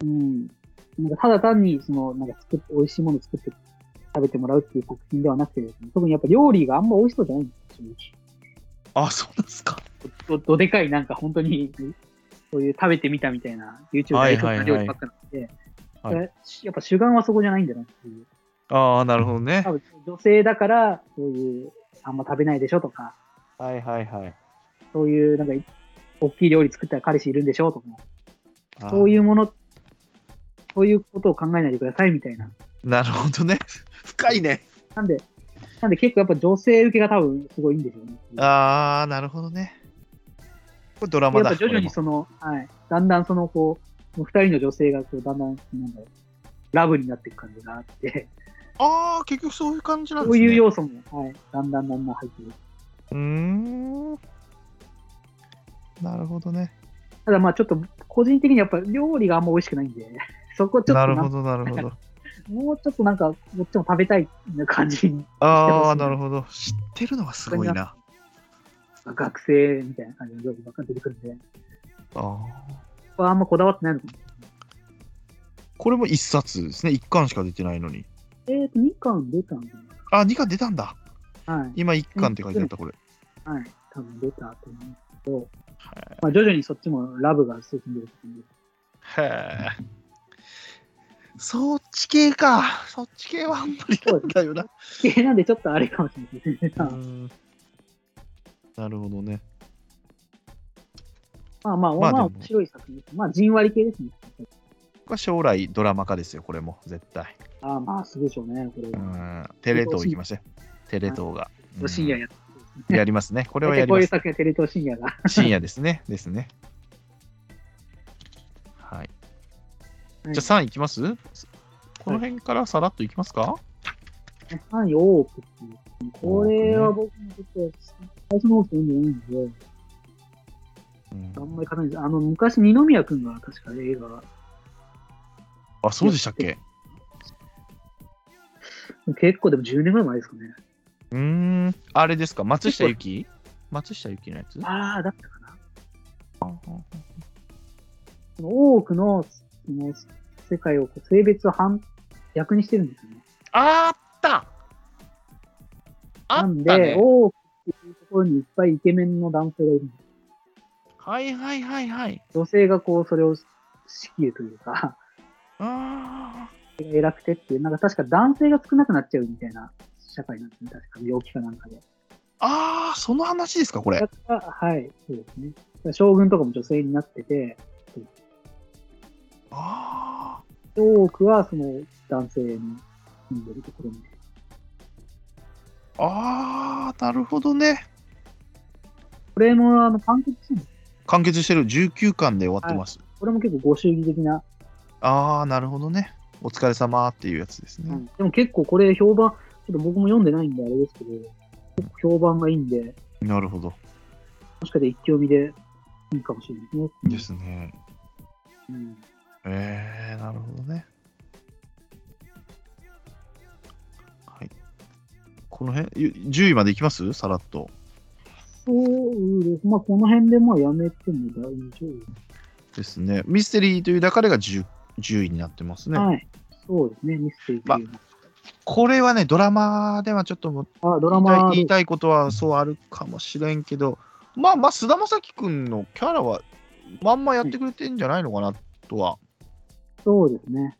S2: うん、なんかただ単に、その、なんか作って、美味しいものを作って食べてもらうっていう作品ではなくてですね、特にやっぱ料理があんま美味しそうじゃないんですよ、正直
S1: あ、そうなんですか。
S2: どどでかいなんか本当に、そういう食べてみたみたいな YouTube
S1: は
S2: で
S1: い
S2: いく
S1: はいはい
S2: 料理ばっかなんで、
S1: はい
S2: だからやっぱ主眼はそこじゃないんだなっていう。
S1: ああ、なるほどね
S2: 多。分女性だから、そういう、あんま食べないでしょとか、
S1: はいはいはい。
S2: そういうなんか、大きい料理作ったら彼氏いるんでしょとか、そう
S1: う。
S2: いうもの、そういうことを考えないでくださいみたいな。
S1: なるほどね。 [laughs] 深いね。
S2: なんで、なんで結構やっぱ女性受けが多分すごいいいんですよね。
S1: ああ、なるほどね。これドラマだ。
S2: やっぱ徐々に
S1: こ
S2: その、はい、だんだんその、こう、もう二人の女性が、こう、だんだん、なんだろう、ラブになっていく感じがあって、
S1: れもああ、結局そういう感じなん
S2: そ
S1: です
S2: う
S1: ね。
S2: いう要素も、はい、だんだんだんだん入ってる。
S1: うーん。なるほどね。
S2: ただまあちょっと、個人的にやっぱ料理があんま美味しくないんで、そこちょっと
S1: な
S2: な
S1: るほど、な
S2: [laughs]
S1: るほど。
S2: もうちょっとなんか、こっちも食べたいな感じに、
S1: ああ、なるほど。知ってるのはすごいな。
S2: 学生みたいな感じの料理ばっかり出てくるんで、
S1: ああ。
S2: ここはあんまこだわってないのかも。
S1: これも一冊ですね。一巻しか出てないのに。
S2: えっ、と、2巻出たんだよ
S1: あ、二巻出たんだ。
S2: なはい。
S1: 今一巻って書いてあった、これ。
S2: はい、多分出たと思うんですけど、まあ、徐々にそっちもラブが進んでるっていう。
S1: へえ。そっち系か。そっち系はあんまりなんだよな。
S2: 系なんでちょっとあれかもしれないですね。
S1: うんなるほどね。
S2: まあまあ、
S1: ま
S2: ま
S1: あ
S2: あ、
S1: でも
S2: 面白い作品です。まあ、じんわり系ですね。
S1: これ将来ドラマ化ですよ、これも。絶対。
S2: ああ、まあ、すぐでしょうね、これ
S1: う
S2: は。
S1: ん。テレ東行きましたよ。テレ東が。うん
S2: 深夜やってるんですね。
S1: やりますね。これはやり
S2: 大体こ
S1: ま
S2: ういう
S1: す。
S2: 作品はテレ東深夜が。
S1: 深夜ですね。ですね。はい。
S2: はい
S1: じゃあ3いきますこの辺からさらっといきますか、
S2: はい、オープっていう。これは僕もちょっと、最初の方しか読んでないんで、
S1: うん
S2: あんまり語れないです。あの、昔、二宮くんが確か映画、
S1: あ、そうでしたっけ
S2: 結構でも10年ぐらい前ですかね。
S1: うーん、あれですか、松下由紀松下由紀のやつ
S2: ああ、だったかな。その多くの、その、世界をこう性別を反、逆にしてるんですよね。
S1: あったあ
S2: な
S1: っ
S2: ん
S1: たね
S2: で、多くっていうところにいっぱいイケメンの男性がいるんです。
S1: はいはいはいはい。
S2: 女性がこう、それを仕切るというか、 [laughs]
S1: あ
S2: 偉くてっていう、なんか確か男性が少なくなっちゃうみたいな社会なんですね。確か病気かなんかで。
S1: ーあー、その話ですか、これ
S2: だ。から、はい、そうですね。だから将軍とかも女性になってて、
S1: あ
S2: 多くはその男性に住んでるところに。
S1: ーあー、なるほどね。
S2: これもあの、韓国人、
S1: 完結してる19巻で終わってます。
S2: これも結構ご祝儀的な、
S1: ああ、なるほどね。お疲れ様っていうやつですね。
S2: でも結構これ評判、ちょっと僕も読んでないんであれですけど、評判がいいんで、
S1: なるほど。
S2: もしかして一興味でいいかもしれないですね。
S1: ですね。
S2: うん
S1: えー、なるほどね。はい。この辺、ゆ10位までいきますさらっと。
S2: そうです。まあ、この辺でまあやめても大丈夫。
S1: ですね。ミステリーという流れが 10, 10位になってますね。
S2: はい。そうですね、ミステリーというの
S1: これはね、ドラマではちょっともう
S2: はあ、ドラ
S1: 言いたい
S2: マ
S1: 言いたいことはそうあるかもしれんけど、まあまあ、菅田将暉君のキャラは、まんまやってくれてんじゃないのかなとは。
S2: そうですね。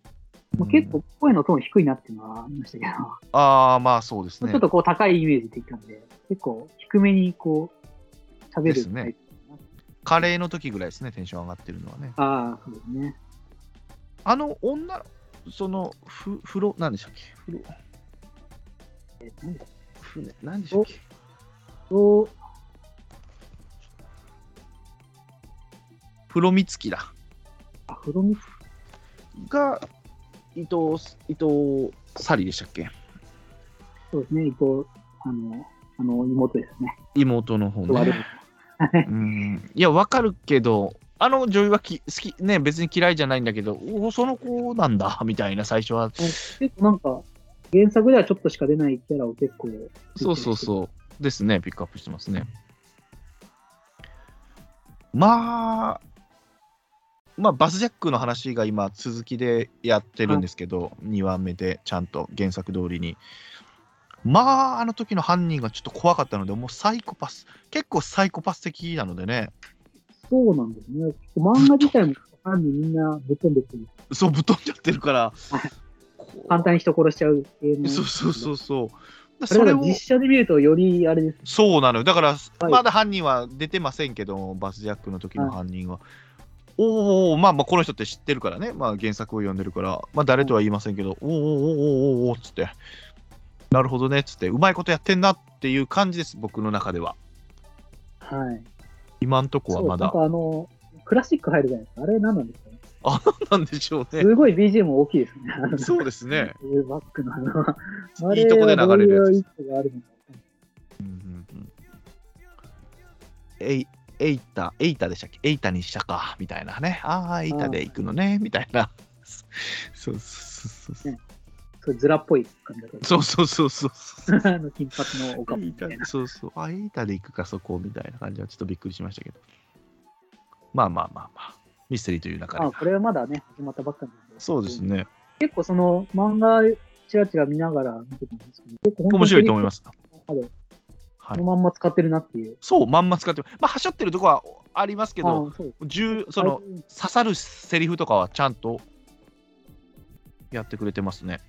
S2: まあ、
S1: うん
S2: 結構声のトーン低いなっていうのはありましたけど、
S1: ああ、まあそうですね。
S2: ちょっとこう高いイメージでいたんで、結構低めにこう、喋
S1: です
S2: る
S1: ね
S2: タイプ。
S1: カレーの時ぐらいですね、テンション上がってるのはね。
S2: ああ、そうですね。
S1: あの女、その、ふ、風呂、なんでしたっけ風呂、
S2: えーなんだ
S1: 船、なんでしたっけ
S2: ろう
S1: 風呂光月だ。
S2: あ、風呂ミス
S1: が、伊藤、伊藤サリーでしたっけ
S2: そうですね、伊藤、あの、あの妹ですね。
S1: 妹の方
S2: 悪い
S1: ね。うん。いや、わかるけど、あの女優はき好き、ね、別に嫌いじゃないんだけど、おお、その子なんだ、みたいな、最初は。
S2: 結構なんか、原作ではちょっとしか出ないキャラを結構、
S1: そうそうそう。ですね、ピックアップしてますね。まあ、まあ、バスジャックの話が今、続きでやってるんですけど、2話目でちゃんと原作通りに。まあ、あの時の犯人がちょっと怖かったので、もうサイコパス、結構サイコパス的なのでね、
S2: そうなんですね。漫画自体も単にみんなぶっ飛んでってる、
S1: そうぶっ飛んじゃってるから、こう
S2: 簡単に人殺しちゃうゲーム。
S1: そうそうそうそう。
S2: そ
S1: そ
S2: れ
S1: れ
S2: を
S1: を
S2: 実写で見るとよりあれです。
S1: そうなのよ。だから、
S2: い
S1: まだ犯人は出てませんけども、バスジャックの時の犯人は。おーおーまあまあ、この人って知ってるからね、まあ、原作を読んでるから、まあ、誰とは言いませんけど、おーおーおーおーおーおーっつって、なるほどねっつって、うまいことやってんなっていう感じです、僕の中では。
S2: はい。
S1: 今んとこはま
S2: なん
S1: だ。
S2: かあの、クラシック入るじゃないですか。あれ何なんですかね。
S1: なんでしょうね。
S2: すごい BGM 大きいですね。あの
S1: そうですね。
S2: [laughs] バックのあの、
S1: いいとこで流れるやつ
S2: やつがあるのか。
S1: うんうんうんえいエイタ、エイタでしたっけエイタにしたか、みたいなね。ああ、エイタで行くのね、みたいな。そうそうそうそう。
S2: そうズラっぽい感じだけど。
S1: そうそうそうそうそう。
S2: [laughs] あの金髪のおかもみたいな。
S1: そうそう。あ、エータで行くか、そこみたいな感じはちょっとびっくりしましたけど。まあまあまあまあ。ミステリーという中
S2: まあ、
S1: で。
S2: これはまだね、始まったばっかなんで。
S1: そうです。ね。
S2: 結構その漫画、ちらちら見ながら見てたんですけど、結構本当に
S1: 面白いと思います。は
S2: こ
S1: い
S2: の、まんま使ってるなっていう。
S1: そう、まんま使ってまあ、はしょってるとこはありますけど、
S2: ああそう
S1: 重その、刺さるセリフとかはちゃんとやってくれてますね。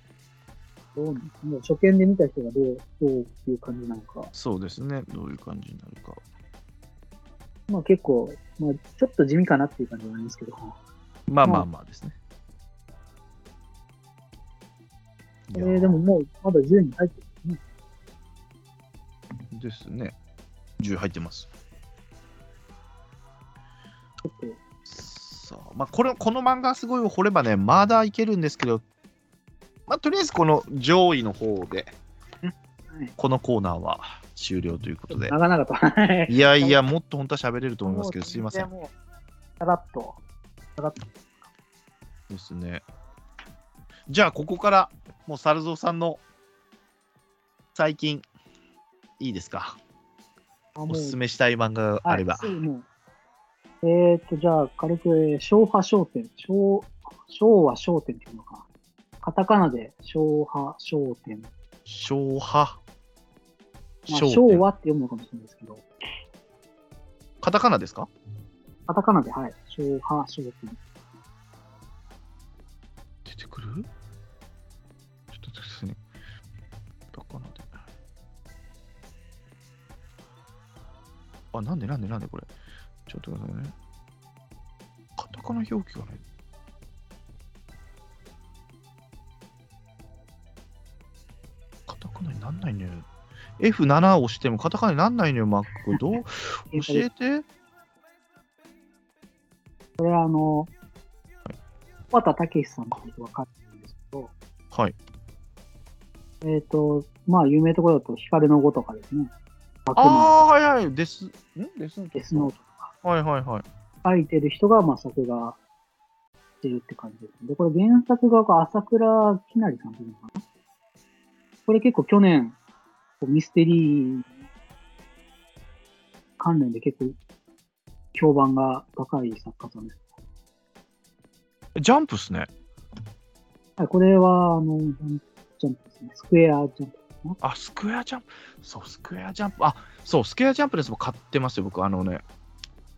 S2: どうなんですかもう初見で見た人がどう、どうっていう感じなのか。
S1: そうですね。どういう感じになるか。
S2: まあ結構、まあちょっと地味かなっていう感じはありますけど。
S1: まあまあまあですね。い
S2: え
S1: や
S2: ー、でももうまだ10に入ってる。
S1: ですね。10入ってます。
S2: ちょっ
S1: さあ、まあ、これこの漫画すごい掘ればね、まだいけるんですけど、まあ、とりあえずこの上位の方で
S2: はい、
S1: このコーナーは終了ということ
S2: と、
S1: で。
S2: 長々と。はい
S1: [laughs] いやいや、もっと本当は喋れると思いますけど、
S2: もう
S1: すいません
S2: 全。然もうさらっと。
S1: ですね。じゃあ、ここから、もう、猿蔵さんの最近、いいですか。
S2: あも
S1: おすすめしたい漫画があれば
S2: は。い、すぐもうえー、っと、じゃあ、軽く、えー昭和商店。昭昭和商店っていうのかな。カタカナで昭和商店。
S1: 昭和。
S2: まあ、
S1: 商店
S2: 昭和って読むのかもしれないですけど、
S1: カタカナですか
S2: カタカナで、はい。昭和商店。
S1: 出てくるちょっとですね。どこなんで。あ、なんでなんでなんでこれ。ちょっと待ってくださいね。カタカナ表記がない。カタカナになんないのよ。F7 を押してもカタカナになんないのよ、マック。これど
S2: [laughs]
S1: う教えて。
S2: これはあの、小畑武さんのことが書いてるんですけど、
S1: はい。
S2: えっ、と、まあ、有名なところだと、光の語とかですね。バック
S1: あ
S2: マン
S1: あ、はいはい。です。んですの
S2: デスノートとか、
S1: はいはいはい。
S2: 書いてる人が、まあ、作画してるって感じですね。で、これ原作がこう朝倉きなりさんっていうのかなこれ結構去年、こうミステリー関連で結構評判が高い作家さんです。
S1: ジャンプっすね。
S2: はい、これは、あの、ジャンプですね。スクエアジャンプ。
S1: あ、スクエアジャンプ。そう、スクエアジャンプ。あ、そう、スクエアジャンプですも買ってますよ、僕。あのね、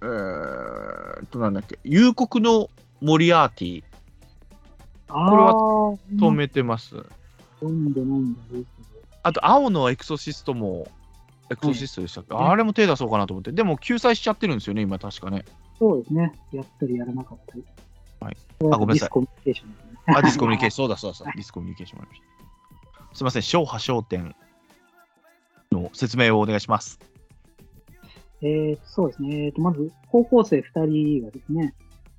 S1: えーっと、なんだっけ、幽谷のモリアーティ、
S2: あ
S1: れは
S2: は
S1: 止めてます。
S2: 読んでないんだですけど。
S1: あと、青のエクソシストも、エクソシストでしたっけ、
S2: はい
S1: あれも手出そうかなと思って、でも救済しちゃってるんですよね、今、確かね。
S2: そうですね。やったりやらなかったり。
S1: はい
S2: これは
S1: あごめんなさい
S2: ディスコミュニケーションですね。 [laughs]
S1: あ、ディスコミュニケーション、そうだそうだそうだ、ディスコミュニケーションもありました。すみません、昭波商店の説明をお願いします。
S2: えー、そうですね、えーとまず高校生2人がですね、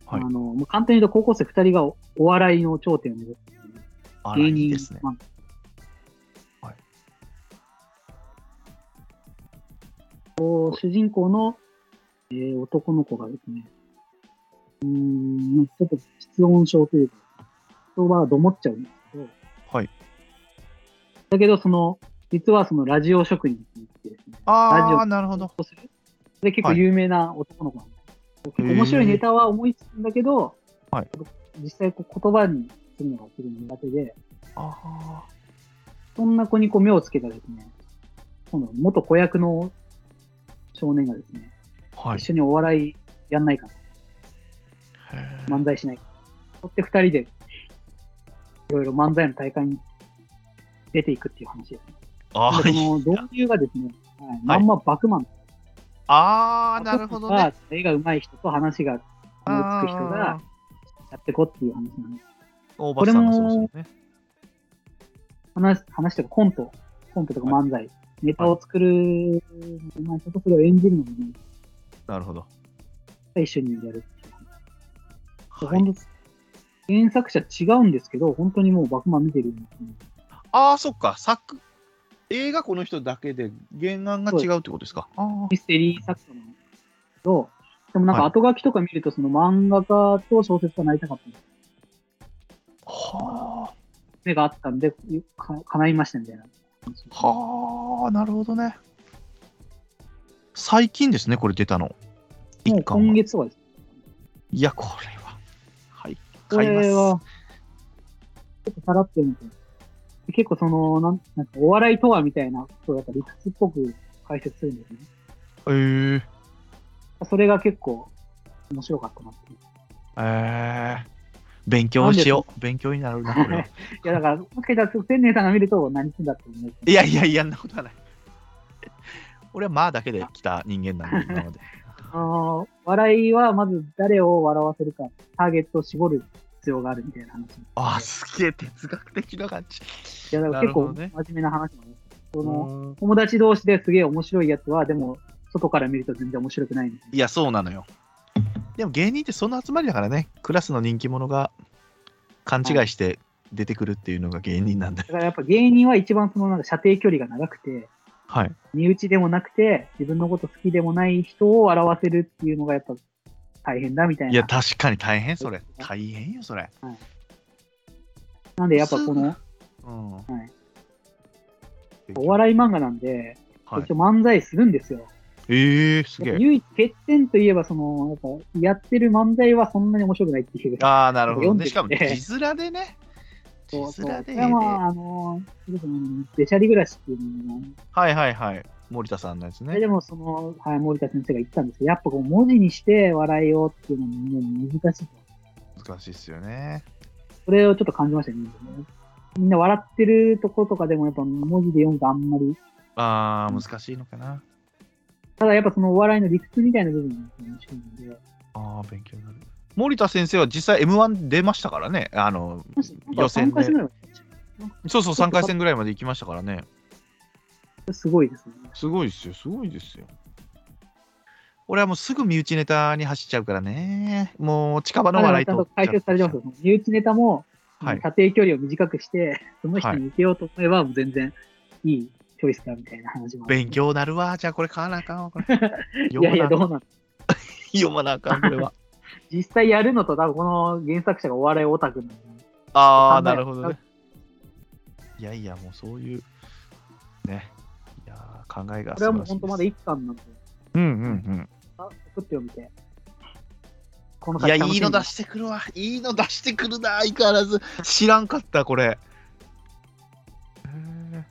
S1: はい
S2: あのもう簡単に言うと高校生2人がおお笑いの頂点を目指す
S1: あら、
S2: 芸
S1: いい
S2: 人
S1: ですね。
S2: まあ
S1: はい
S2: こう主人公の、えー男の子がですね、うーん、ちょっと室温症というか、言葉がどもっちゃうんですけど、
S1: はい。
S2: だけどその、実はそのラジオ職員に行ってですね、ラジ
S1: あ
S2: オ
S1: あ、なるほど。
S2: こうするで結構
S1: はい
S2: 有名な男の子なんです、結構面白いネタは思いつくんだけど、
S1: はい
S2: 実際こう言葉にするのがすごい苦手で、
S1: あ
S2: そんな子にこう目をつけたですね、今度元子役の少年がですね、
S1: あ、はい。
S2: 一緒にお笑いやんないか
S1: へー
S2: な、漫才しないかな、そって二人でいろいろ漫才の大会に出ていくっていう話です、ね。
S1: あ
S2: で
S1: ー
S2: その導入がですね、はい、まんまバクマン。
S1: あー、なるほどね。。
S2: 絵が上手い人と話が思いつく人が、やってこっていう話なんです。
S1: 大場さんもそうですよね。
S2: 話、話というかコント、コントとか漫才、ネタを作るのがうまい人とそれを演じるのもうまい人
S1: なるほど。
S2: が一緒にやるっていう話。
S1: は
S2: 本
S1: い、
S2: 当原作者違うんですけど、本当にもうバクマン見てるんですね
S1: ああ、そっか。作映画この人だけで原案が違うってことですか。あー
S2: ミステリー作家なんですけど、でもなんか
S1: は
S2: 後書きとか見ると、その漫画家と小説家になりたかったんです
S1: は
S2: 目があったんで、か叶いましたみたいな。
S1: あ、はあ、なるほどね。最近ですね、これ出たの。
S2: も
S1: 一
S2: う
S1: 巻は。
S2: 今月とかです。
S1: いや、これは。はい。
S2: こ
S1: 買います。
S2: れは、結構さらってみて、結構その、なんなんかお笑いとはみたいなことをやっぱ理屈っぽく解説するんですね。
S1: えー、
S2: それが結構面白かったなっていう。
S1: えー。勉強しよう。勉強になるな、こ
S2: [laughs]
S1: れは。
S2: いやだから、もしかしたら千年さんが見ると何するんだって思う。
S1: いやいやいや、そんなことはない。俺はまあだけで来た人間なんで、今まで。
S2: あの笑いはまず誰を笑わせるか、ターゲットを絞る必要があるみたいな話。
S1: [laughs] あ、すげえ哲学的な感じ。
S2: いやだから結構
S1: なるほどね
S2: 真面目な話もね。その
S1: うん
S2: 友達同士ですげえ面白いやつは、でも外から見ると全然面白くないみたい
S1: いや、そうなのよ。でも芸人ってその集まりだからね、クラスの人気者が勘違いして出てくるっていうのが芸人なんで。
S2: な。だからやっぱ芸人は一番そのなんか射程距離が長くて、
S1: はい。
S2: 身内でもなくて、自分のこと好きでもない人を表せるっていうのがやっぱ大変だみたい
S1: いや、
S2: な。
S1: 確かに大変、それ。大変よ、それ。
S2: なんでやっぱこの
S1: うん。はい
S2: いお笑い漫画なんで、
S1: はい
S2: 一応、漫才するんですよ。
S1: えー、すげえ。
S2: 唯一欠点といえば、その、やっぱやってる漫才はそんなに面白くないっていう。
S1: ああ、なるほどね。しか
S2: 読ん
S1: も、
S2: で
S1: 字
S2: て
S1: 面でね。字
S2: そうそう。
S1: 面
S2: こ
S1: で
S2: れ
S1: 絵で。
S2: はまあ、あの、ベシャリ暮らしっていうのも、
S1: はいはいはい。森田さんのやつ
S2: そ
S1: ね
S2: れ。でもその、はい、森田先生が言ってたんですけど、やっぱこう文字にして笑いをっていうのももう難しいと。
S1: 難しいっすよね。
S2: それをちょっと感じましたね。みんな笑ってるとことかでもやっぱ文字で読むとあんまり
S1: ああ、難しいのかな。
S2: ただやっぱそのお笑いの理屈みたいな部分が面白いので、
S1: ああ、勉強になる。森田先生は実際 M1 出ましたからね。あの、予選
S2: なんか参加
S1: で
S2: して。ないの
S1: そうそう、3回 [laughs] 戦ぐらいまで行きましたからね。
S2: すごいですね。
S1: すごいですよ、すごいですよ。俺はもうすぐ身内ネタに走っちゃうからね。もう近場の笑い
S2: ちゃん
S1: と
S2: と。解説されてますよ。その身内ネタも、
S1: はい
S2: 射程距離を短くして、その人に受けようと思えばもう全然いいチョイスだみたいな話もある
S1: 勉強なるわ。じゃあこれ買わなあか
S2: [laughs]
S1: んわ。これ読
S2: いや
S1: ま
S2: いや、
S1: な
S2: どう
S1: あか
S2: なんん
S1: 読まなあかん、これは。
S2: 実際やるのと、多分この原作者がお笑いオタクなんで
S1: ああ、
S2: 考え
S1: なるほどね。いやいや、もうそういう、ね。いやー考えが素晴らしいで
S2: これ
S1: す。
S2: はもう本当まだ一巻なんで、
S1: うんうん
S2: あ作ってみて。こ
S1: う
S2: の
S1: ん。い
S2: 先
S1: や、い
S2: 楽しみ
S1: いの出してくるわ。いいの出してくるな、相変わらず。知らんかった、これ。へー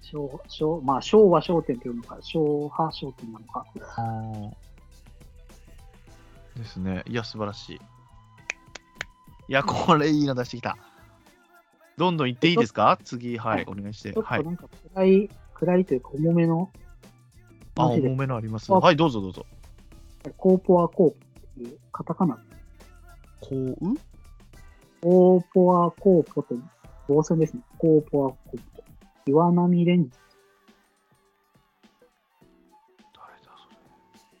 S2: 昭昭まあ、昭和商店というのか、昭和商店なのか。
S1: ですね。いや、素晴らしい。いや、これいいの出してきた。どんどん行っていいですか次、はい、お願いして
S2: ちょ。っ
S1: は
S2: と
S1: い。
S2: なんか暗い、暗いというか重めの
S1: あ、
S2: マジで
S1: 重めのあります。
S2: あ
S1: はい、どうぞどうぞ。
S2: コーポアコープっていうカタカナ。
S1: こう
S2: コーポアコーポと防線ですね。コーポアコーポ。岩波レンジ。
S1: 誰だそれ。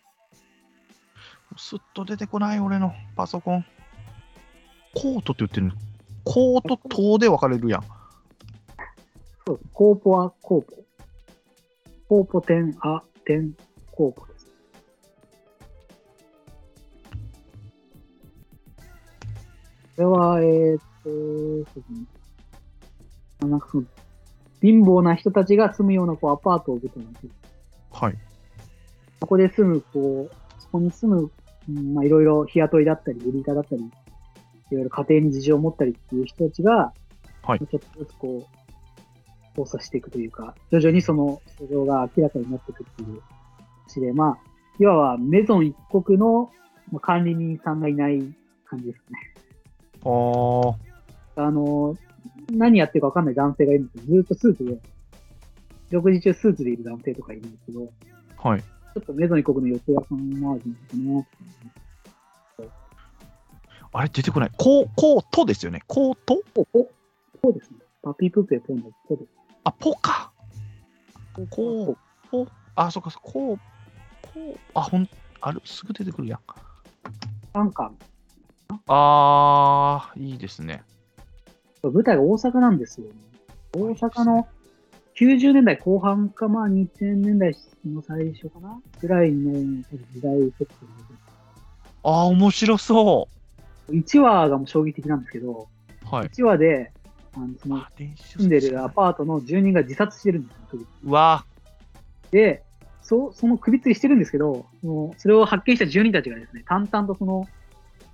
S1: すっと出てこない、俺のパソコン。コートって言ってるのコート、塔で分かれるやん。
S2: そうです。コーポアコーポ。コーポテンアテンコーポです。これは、えーっと、そうですね。あなんかその、貧乏な人たちが住むようなこうアパートを出てるんですよ
S1: はい。
S2: そこで住む、こう、そこに住む、うんまあ、いろいろ日雇いだったり、売り板だったり、いろいろ家庭に事情を持ったりっていう人たちが、
S1: はい
S2: ちょっとずつこう、交差していくというか、徐々にその素性が明らかになっていくっていう話で、まあ、いわばメゾン一国のまあ管理人さんがいない感じですね。
S1: あー。
S2: あの、何やってるかわかんない男性がいるんですけど、ずっとスーツで、食事中スーツでいる男性とかいるんですけど、
S1: はい。
S2: ちょっとメゾン一国の四谷さん周りですね。
S1: あれ、出てこない。コー、コートですよね。コート
S2: ポ、ポ、ポですね。パピプペポのポです。
S1: あ、ポか。こう、こう、あ、そっか、そうこう、こう、あ、ほん、あれ、すぐ出てくるやん。
S2: アンカ
S1: あー、いいですね。
S2: ー。舞台が大阪なんですよ、ね。大阪の90年代後半か、まあ2000年代の最初かなぐらいの時代設定
S1: あー、面白そ
S2: で。1話がもう衝撃的なんですけど、
S1: う。はい。
S2: 1話で、あのその
S1: あ、電子書
S2: 住んでるアパートの住人が自殺してるんですよ、首
S1: うわ
S2: で、そその首吊りしてるんですけど、そのそれを発見した住人たちがですね、淡々とその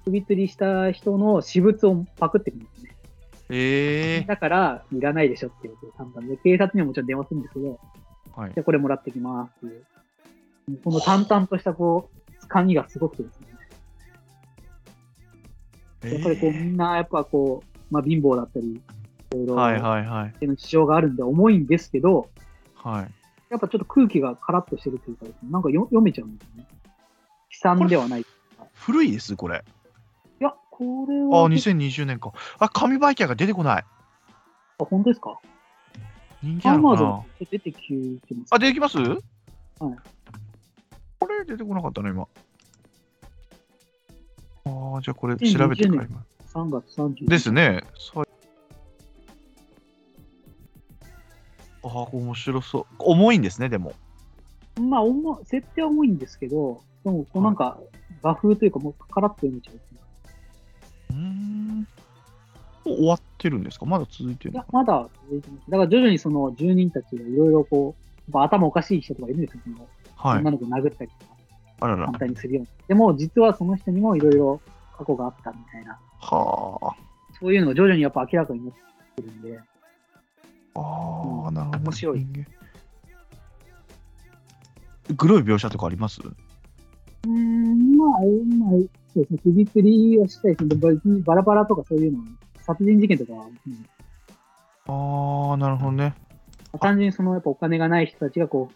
S2: 首吊りした人の私物をパクってくるんですね。
S1: え
S2: だから、いらないでしょっていう簡単で、警察にはもちろん電話するんですけど、
S1: ー。はい
S2: じ。ゃあこれもらってきますっていう。この淡々としたこう、掴みがすごくてですね。やっぱりこう、みんなやっぱこう、まあ貧乏だったり、いろい
S1: えー
S2: ろ、
S1: はいはいはい。
S2: の事情があるんで重いんですけど、
S1: はい。
S2: やっぱちょっと空気がカラッとしてるというかですね、なんかよ読めちゃうんですね。悲惨ではない。い
S1: 古いです、これ。
S2: や、これ
S1: あ
S2: は、
S1: ー、2020年か。あ、紙媒体が出てこない。
S2: あ本当ですか
S1: 人気
S2: ア
S1: なの
S2: マ
S1: か
S2: ゾ
S1: な
S2: ン出てきてます。
S1: あ、出てきますはい。これ、出てこなかったな、今。あー、じゃあこれ、調べて
S2: 2020
S1: 帰
S2: 年
S1: ります。
S2: 3月30日。
S1: ですね。そうああ、面白そう。重いんですね、でも。
S2: まあ、重い設定は重いんですけど、でも、こうなんか、画風というか、もうカラッと読めちゃうっていうか。
S1: うーん。もう終わってるんですかまだ続いてる
S2: い
S1: の
S2: や、まだ続いてます。だから徐々にその住人たちがいろいろこう、やっぱ頭おかしい人とかいるんですよ。その
S1: はい。
S2: 女の子殴ったりとか、
S1: あらら
S2: 反。対にするような。でも、実はその人にもいろいろ過去があったみたいな。
S1: は
S2: そういうのが徐々にやっぱ明らかになってるんで、
S1: あ。ああ、なるほど。
S2: 面白い
S1: 人間。黒い描写とかあります
S2: うーん、まあ、あんまり、そうですね、首吊りはしたりするババラバラとかそういうの、殺人事件とかは、うん
S1: ああ、なるほどね。
S2: 単純にそのやっぱお金がない人たちがこ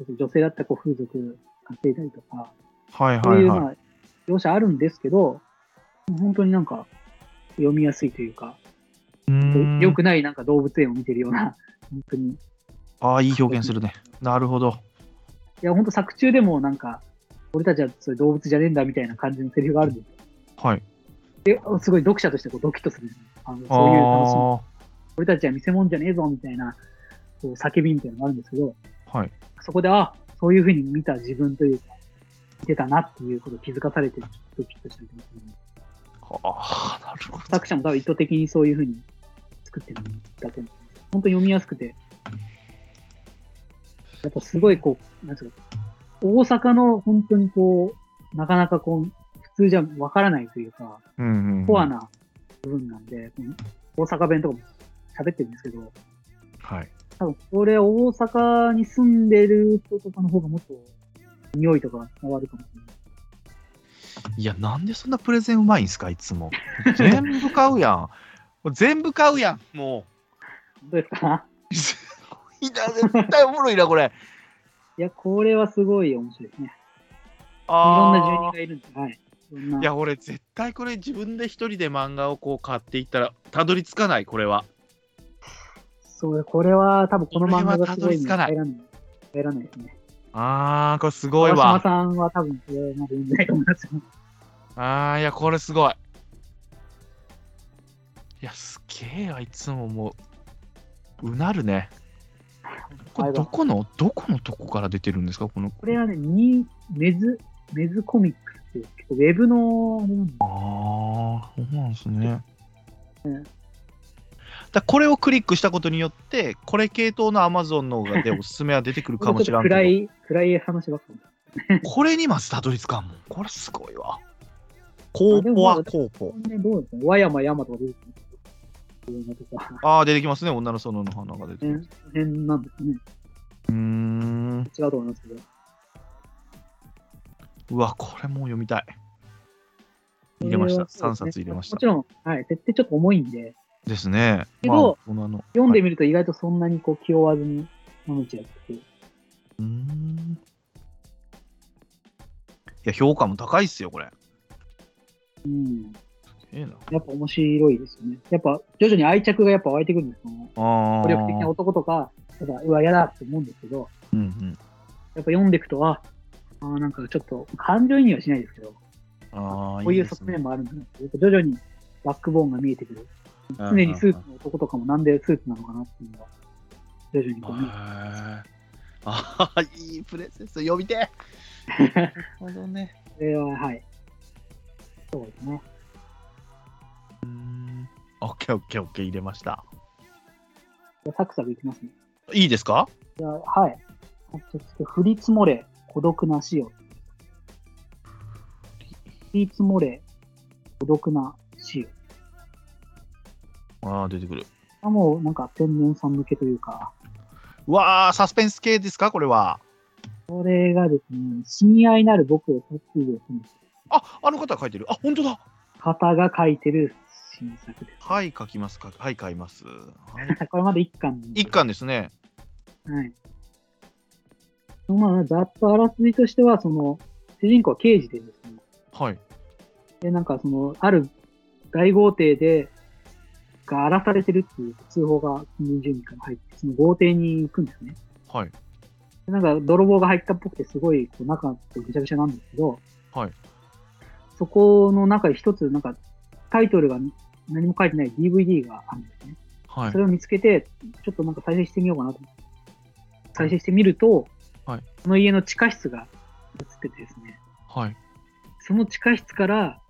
S2: う、女性だったらこう風俗稼いだりとか、
S1: はい
S2: そう
S1: はいいうは
S2: まあ、描写あるんですけど、本当になんか読みやすいというか、
S1: い。うーん
S2: 良くないなんか動物園を見てるような、 [laughs] 本当に。い
S1: ああ、いい表現するね。なるほど。
S2: や、本当作中でもなんか、俺たちはそれ動物じゃねえんだみたいな感じのセリフがあるんですよ
S1: はい。
S2: で、すごい読者としてこうドキッとする。あの
S1: あ
S2: そういう楽しみ。
S1: あ
S2: 俺たちは見せ物じゃねえぞみたいなこう叫びみたいなのがあるんですけど、
S1: はい。
S2: そこで、あ、そういうふうに見た自分というか、見てたなっていうことを気づかされて、ちょっとピッとしたりとかするんで
S1: ああ、なるほど。
S2: 作者も多分意図的にそういうふうに作ってるんだと思う。本当に読みやすくて。やっぱすごいこう、なんつうか、大阪の本当にこう、なかなかこう、普通じゃわからないというか、
S1: うんうん。
S2: コア。な部分なんで、この大阪弁とかも喋ってるんですけど、
S1: はい。
S2: 多分これ大阪に住んでる人とかの方がもっと匂いとか伝わるかもしれない。
S1: いや、なんでそんなプレゼンうまいんすか、いつも。全部買うやん。全部買うやん、も
S2: どうですか
S1: う。すごいな、絶対おもろいな、
S2: [laughs]
S1: これ。
S2: いや、これはすごい面白いですね。いろん
S1: あー
S2: な住人がいるんです。はい。いろんない
S1: や、俺、絶対これ、自分で一人で漫画をこう買っていったら、たどり着かない、これは。
S2: そう、これは多分この漫画がすご
S1: こ
S2: い
S1: れはたどり着かない
S2: 入らない。入らないですね。
S1: あー、これすごい
S2: 川島
S1: わ。
S2: さんは多分これまで読んでないと思いますよ。
S1: あー、いや、これすごい。いや、すげえわ、いつももう、うなるね。これ、どこの、どこのとこから出てるんですか、この。
S2: これはね、にメズ、メズコミックスっていう、結構ウェブの、あれなんだ
S1: ああ、そうなんですね。だこれをクリックしたことによって、これ系統の Amazon の方がでおすすめは出てくるかもしれんけど
S2: 暗い、暗い話ばっかり。
S1: これにまずたどり着かんもん。これすごいわ。コーポはコーポ。
S2: ね、どうですか和山山とか出てくるんですかこ
S1: ああ、出てきますね。女の園の花が出てき
S2: の
S1: ます。
S2: 辺なんですかね。
S1: うーん。
S2: 違うと思いますけど。
S1: うわ、これもう読みたい。入れました。3冊入れました
S2: も。ちろん、はい、設定ちょっと重いんで、
S1: ですね。
S2: けど
S1: まあ、大人の
S2: 読ん
S1: は
S2: で
S1: い
S2: みると意外とそんなにこう気負わずに飲むちゃって、
S1: うーん。いや、評価も高いっすよ、これ。
S2: うん、
S1: ええな。
S2: やっぱ面白いですよね。やっぱ徐々に愛着がやっぱ湧いてくるんですよね。
S1: ああ。
S2: 努力的な男とか、やっぱうわ、嫌だって思うんですけど、
S1: うんうん。
S2: やっぱ読んでいくと、あ、あーなんかちょっと感情移入はしないですけど、こ
S1: ああ、
S2: ういう
S1: です
S2: 側
S1: ね
S2: 面もあるんだなって、やっぱ徐々にバックボーンが見えてくる。常にスーツの男とかもなんでスーツなのかなっていうのが、徐々にこう見えてくる
S1: ああー、いいプレゼンス、呼びてえ。な
S2: [laughs]
S1: るほどね。
S2: これは、はい。そうですね。
S1: オッケーオッケーオッケー入れました。
S2: じゃあサクサクいきますね。
S1: いいですか
S2: じゃあ、はい。そして、降り積もれ、孤独
S1: [laughs]
S2: な死よ。降り積もれ、孤独な死よ。
S1: ああ、出てくる。
S2: あもう、なんか、天然さん向けというか、
S1: うわあ、サスペンス系ですかこれは。
S2: これがですね、親愛なる僕を殺意を込めて、
S1: あ、あの方が書いてる。あ、本当だ。
S2: 方が書いてる新作です。
S1: はい、書きますか。はい、買います。はい
S2: これまだ一巻なんで
S1: 一。巻ですね。
S2: はい。まあ、ざっとあらすじとしては、その、主人公は刑事でですね、
S1: はい。
S2: で、なんかその、ある大豪邸で、が荒らされてるっていう通報が近隣住民から入って、その豪邸に行くんですね。
S1: はい。
S2: でなんか泥棒が入ったっぽくて、すごいこう中がぐちゃぐちゃなんですけど、
S1: はい。
S2: そこの中で一つ、なんかタイトルが何も書いてない DVD があるんですね。
S1: は
S2: それを見つけて、ちょっとなんか再生してみようかなと思って。再生してみると、
S1: はい
S2: その家の地下室が映っててですね、
S1: はい。
S2: その地下室から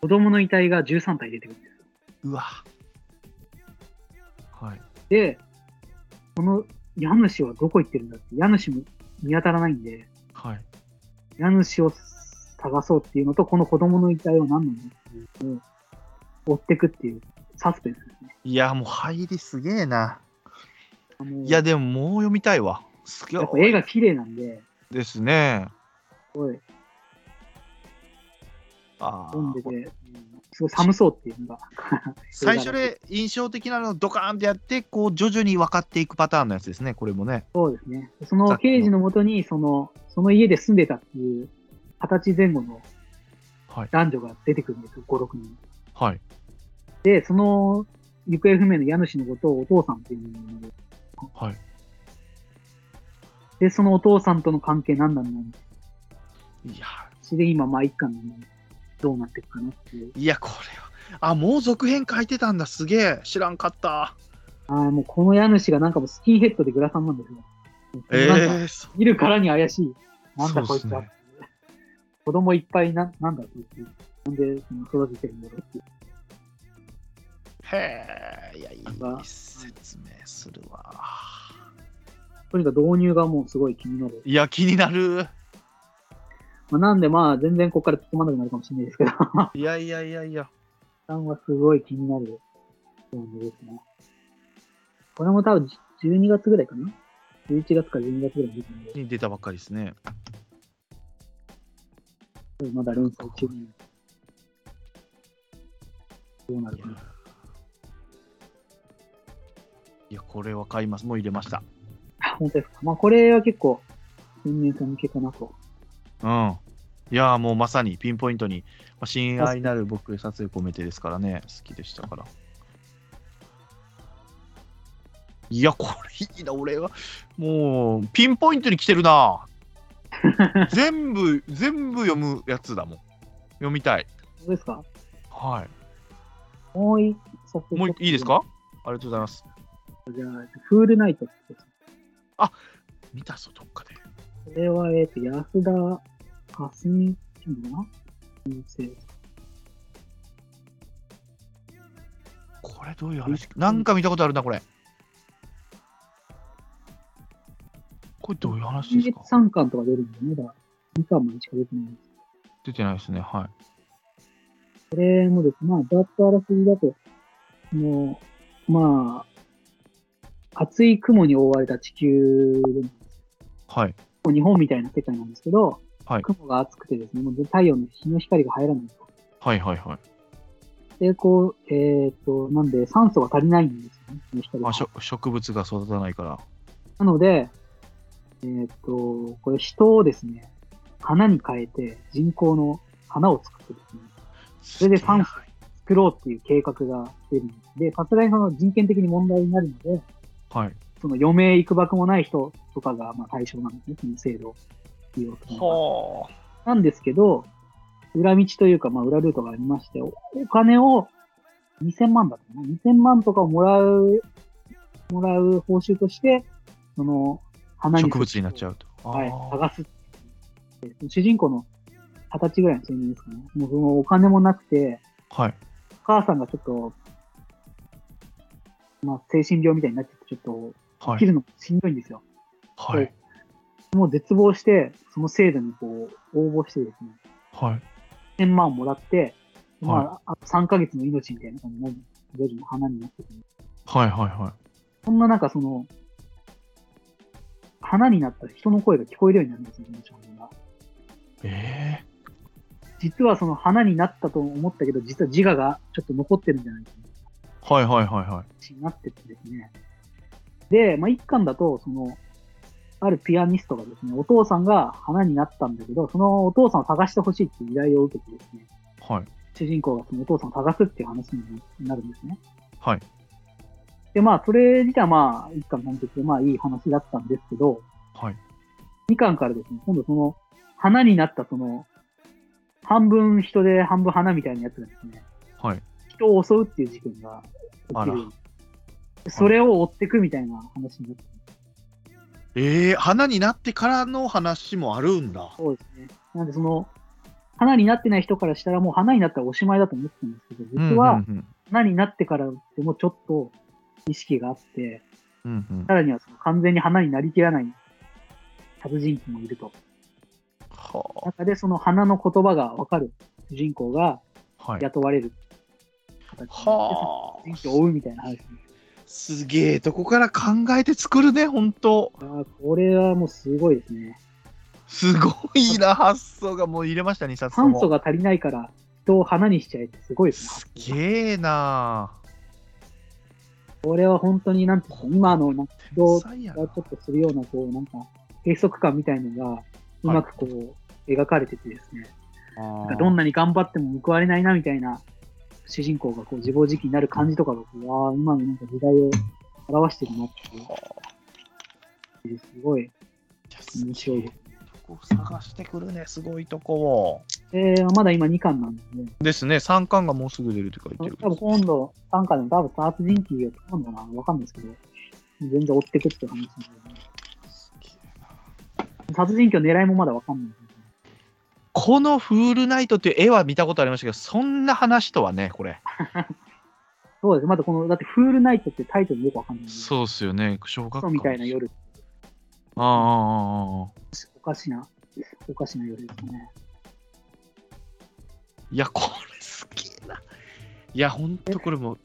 S2: 子供の遺体が13体出てくるんです。
S1: うわ。はい。
S2: で、この家主はどこ行ってるんだって、家主も見当たらないんで、
S1: はい。
S2: 家主を探そうっていうのと、この子供の遺体を何なのっていうのを追ってくっていうサスペンスですね。
S1: いや、もう入りすげえな。
S2: あの
S1: いや、でももう読みたいわ。すげえ
S2: やっぱ絵が綺麗なんで、
S1: ですね。
S2: すごい
S1: あ
S2: 読んで
S1: ー
S2: て、うんすごい寒そうっていうのが。
S1: 最初で印象的なのをドカーンってやって、こう徐々に分かっていくパターンのやつですね、これもね。
S2: そうですね。その刑事のもとに、その、その家で住んでたっていう、二十歳前後の
S1: はい。
S2: 男女が出てくるんですよ、5、6人。
S1: はい。
S2: で、その行方不明の家主のことをお父さんっていうので、
S1: はい。
S2: で、そのお父さんとの関係何なんだろう
S1: いや、
S2: それで今、まあ一巻のどうなっていくかなっていう。
S1: いや、これは。あ、もう続編書いてたんだ。すげえ。知らんかった。
S2: あーもうこの家主がなんかもうスキンヘッドでグラサンなんですよ。
S1: え
S2: なんか
S1: えそ
S2: 見るからに怪しい。なんだ
S1: そ
S2: こ
S1: うっ
S2: い
S1: す
S2: つ
S1: ね
S2: は。子供いっぱいな、なんだこいつ。なんでその育ててるんだろうっていう。
S1: うへえいやいい
S2: まあ
S1: 説明するわ
S2: とにかく導入がもうすごい気になる。
S1: いや気になる
S2: まあ、なんでまあ全然ここから突っ込まなくなるかもしれないですけど、負
S1: いやいやいやいや
S2: 担はすごい気になる導入ですね。これも多分じ12月ぐらいかな ?11 月か12月ぐらいに出たんで、
S1: に出たばっかりですね
S2: まだ連載中に。どうなるかな。
S1: いやこれは買いますもう入れました
S2: あ本当ですか。まあこれは結構、新入生向けかなと。
S1: うんいやーもうまさにピンポイントにまあ親愛なる僕へ殺意を込めてですからね好きでしたからいやこれいいな俺はもうピンポイントに来てるな全部全部読むやつだもん読みたい
S2: どうですか
S1: は
S2: もう一冊。
S1: いもういいいですかありがとうございます
S2: じゃあ、フールナイトってやつ
S1: 見たぞどっかで
S2: これは、えっ、と、安田かすみちゃんかな先生
S1: これどういう話なんか見たことあるなこれこれどういう話
S2: 今
S1: です
S2: 月
S1: か
S2: 3巻とか出るんで、まだ2巻までしか出てないんです。
S1: 出てないですねはい
S2: これもですね、まあ、ざっとあらすじだと、もう、まあ、厚い雲に覆われた地球でも
S1: はい
S2: もう日本みたいな世界なんですけど、
S1: はい
S2: 雲が厚くてですね、もう太陽の日の光が入らないと。
S1: はいはいはい
S2: で、こう、えっ、と、なんで酸素が足りないんですよね、日の光が
S1: あしょ植物が育たないから。
S2: なので、えーっと、これ人をですね、花に変えて人工の花を作ってですね、それでパン
S1: はい
S2: 作ろうっていう計画が出るんです。で、さすがにその人権的に問題になるので、
S1: はい。
S2: その余命いくばくもない人とかがまあ対象なんですね、その制度を利用するのは
S1: は
S2: なんですけど、裏道というか、まあ裏ルートがありまして、おお金を2000万だったかな ?2000 万とかをもらう、もらう報酬として、その、
S1: あ。
S2: 花に
S1: 植物になっちゃうと。
S2: はい、
S1: あ
S2: 探す。主人公の二十歳ぐらいの青年ですかね。もうそのお金もなくて、
S1: ーはい。
S2: お母さんがちょっと、まあ、精神病みたいになってて、ちょっと、生
S1: は
S2: き
S1: い。
S2: るのしんどいんですよ。
S1: はい。
S2: もう絶望して、その制度にこう、応募してですね、
S1: はい。
S2: 1000万をもらって、まあ、
S1: は
S2: あと3ヶ月の命みたいな感じになる徐々に花になってくる。
S1: はい。はい。は
S2: そんな中、その、花になった人の声が聞こえるようになるんですよ、その少年が。
S1: い。え
S2: 実はその花になったと思ったけど、実は自我がちょっと残ってるんじゃないかな
S1: えー。はい。はい。はい。は
S2: 話になってってですね。で、まあ、一巻だと、その、あるピアニストがですね、お父さんが花になったんだけど、そのお父さんを探してほしいっていう依頼を受けてですね、
S1: い。はい。
S2: 主人公がそのお父さんを探すっていう話になるんですね。
S1: はい。
S2: で、まあ、それ自体はまあ、一巻完結で、まあ、いい話だったんですけど、
S1: はい。
S2: 2巻からですね、今度その、花になったその、半分人で半分花みたいなやつがですね、
S1: はい。
S2: 人を襲うっていう事件が
S1: あ
S2: 起
S1: ら
S2: きる。それを追っていくみたいな話になって
S1: ええー、花になってからの話もあるんだ。
S2: そうですね。なんでその、花になってない人からしたらもう花になったらおしまいだと思ってたんですけど、実
S1: う
S2: は
S1: んうん
S2: 花になってからでもちょっと意識があって、
S1: うん。うんうん
S2: さらにはその完全に花になりきらない殺人鬼もいると。
S1: は
S2: 中でその花の言葉がわかる主人公が
S1: あ。はい。
S2: 雇われる形で
S1: はあ。
S2: 殺人鬼を追うみたいな話です。
S1: すげえとこから考えて作るね、ほんと。
S2: あーこれはもうすごいですね。
S1: すごいな、発想がもう入れました、2冊と
S2: 酸
S1: も。
S2: 素が足りないから人を花にしちゃえってすごいです
S1: す
S2: ね。
S1: げえな。
S2: これは本当になんていうの今のなんか人
S1: 天
S2: が
S1: 才や
S2: ち
S1: な
S2: ょっとするようなこうなんか閉塞感みたいのがうまくこう描かれててですね、なんかどんなに頑張っても報われないなみたいな主人公がこう自暴自棄になる感じとかがこうわあ今のなんか時代を表してるなっていう
S1: はあ
S2: すごい
S1: いや
S2: 面白いです
S1: とこ探してくるね、すごいとこを。
S2: えー、まだ今2巻なんですね。
S1: ですね、3巻がもうすぐ出るって書いてるけ
S2: 多
S1: ど。
S2: 分今度、3巻でも多分殺人鬼が使うのかなわかんないですけど、全然追ってくって感じですね。殺人鬼の狙いもまだわかんない。
S1: このフールナイトっていう絵は見たことありましたけど、そんな話とはね、これ。
S2: そうです。まだこの、だってフールナイトってタイトルよくわかんない。う。
S1: そうっすよね、小学
S2: クソ
S1: 校。
S2: みたいな。夜、
S1: ああああああ。
S2: おかしな、おかしな夜ですね。
S1: いや、これ好きな。いや、ほんとこれもう、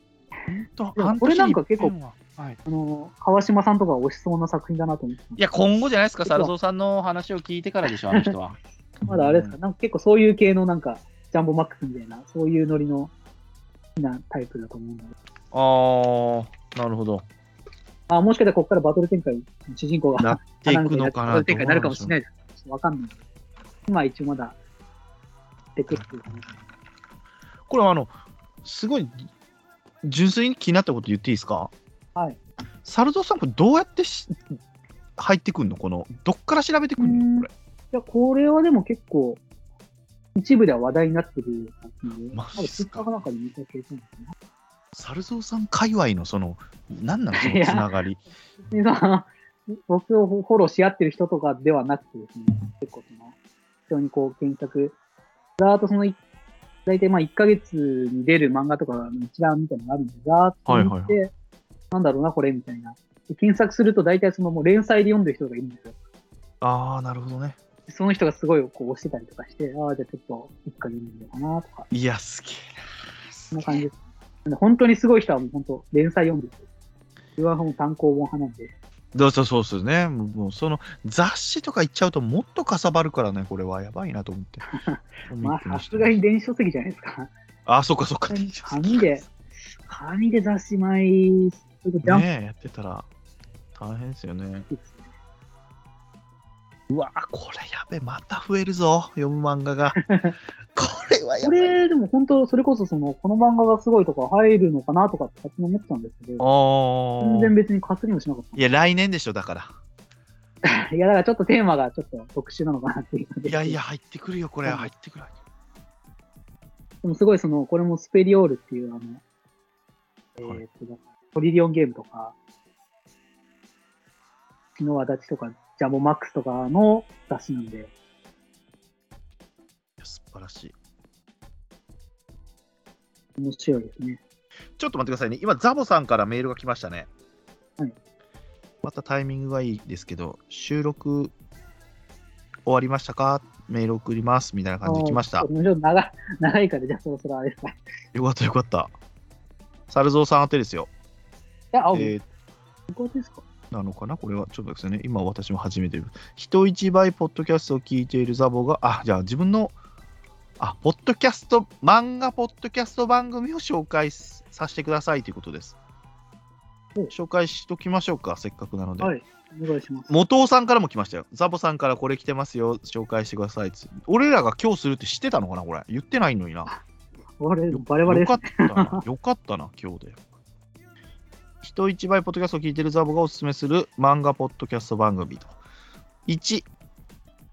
S1: ほん
S2: で
S1: と、
S2: も
S1: 半年
S2: これなんか結構
S1: に一遍ははい、
S2: あの、川島さんとかが推しそうな作品だなと思ってます
S1: いや、今後じゃないですか、サルソーさんの話を聞いてからでしょ、あの人は。
S2: [laughs] まだあれですか、なんか結構そういう系のなんか、ジャンボマックスみたいな、そういうノリの好きなタイプだと思うので。
S1: あー、なるほど。
S2: あ、もしかしたらここからバトル展開、主人公が
S1: なっていくのかな
S2: バトル展開になるかもしれないです。ちょっとわかんない。今一応まだ、出てくる。
S1: これはあの、すごい、純粋に気になったこと言っていいですか
S2: はい。
S1: サルゾーさん、これどうやってし入ってくんのこの、どっから調べてく
S2: うんん
S1: のこれ。
S2: いや、これはでも結構、一部では話題になってるので、
S1: マジっすか
S2: なんかツイッターかなんかで見た経験ですね。
S1: サルゾーさん界隈のその、なんなのそのつながり。
S2: でさ僕をフォローし合ってる人とかではなくてですね、結構その、非常にこう検索、ざーっとその、い大体まあ1ヶ月に出る漫画とかの一覧みたいなのがあるんで、ざーっと見て、
S1: はい
S2: なんだろうな、これみたいな。で検索すると大体そのもう連載で読んでる人がいるんですよ。
S1: あー、なるほどね。
S2: でその人がすごいこう押してたりとかして、ああ、じゃあちょっと一回読んでみようかなとか、
S1: いや、すげ
S2: そん
S1: え
S2: な
S1: な。
S2: 感じです。なんで本当にすごい人はもう本当連載読んでる。自分はもう単行本派なんで。
S1: だそうそうですね。もうもうその雑誌とか行っちゃうともっとかさばるからね、これはやばいなと思っ
S2: [laughs]
S1: て。
S2: まあさすがに電子書籍じゃないですか。
S1: あ、そっかそっか。
S2: 紙で、紙で雑誌毎、それこそジャンプ
S1: ねえ、やってたら大変ですよね。
S2: ですね。
S1: うわ、これやべえ、また増えるぞ、読む漫画
S2: [laughs]
S1: が。これはや
S2: こ
S1: ばい。
S2: れ、でも本当、それこそその、この漫画がすごいとか入るのかなとかって勝手に思ってたんですけど、
S1: あ
S2: 全然
S1: あ。
S2: 別にかすりもしなかっ
S1: いや、来年でしょ、だから。
S2: た。いや、だからちょっとテーマがちょっと特殊なのかなっていう感じ
S1: いやいや、。入ってくるよ、これ、
S2: うん
S1: 入ってくる。
S2: でもすごいその、これもスペリオールっていう、あの、え
S1: はい
S2: ーっと、トリリオンゲームとか、昨日は立ちとか、ジャンボマックスとかの雑誌なんで、
S1: 素晴らしい。
S2: 面白いですね。
S1: ちょっと待ってくださいね。今、ザボさんからメールが来ましたね。
S2: はい
S1: またタイミングがいいですけど、収録終わりましたかメール送りますみたいな感じで来ました
S2: あー。ちょっと長い、長いから、じゃあそろそろあれですか。
S1: よかったよかった。猿蔵さん宛てですよ。
S2: え、あ、
S1: えー
S2: 本当ですか
S1: なのかなこれはちょっとですね、今私も初めて見る。人一倍ポッドキャストを聞いているザボが、あ、じゃあ自分の、あ、ポッドキャスト、漫画ポッドキャスト番組を紹介すさせてくださいということです
S2: お。
S1: 紹介しときましょうか、せっかくなので。
S2: はい、お願いします。
S1: 元尾さんからも来ましたよ。ザボさんからこれ来てますよ、紹介してくださいっつって。俺らが今日するって知ってたのかなこれ。言ってないのにな。
S2: 我々、
S1: よ
S2: バレバレ
S1: よ
S2: です
S1: か。ったな、よかったな、今日で。人一倍ポッドキャストを聞いてるザボがおすすめする漫画ポッドキャスト番組と。1、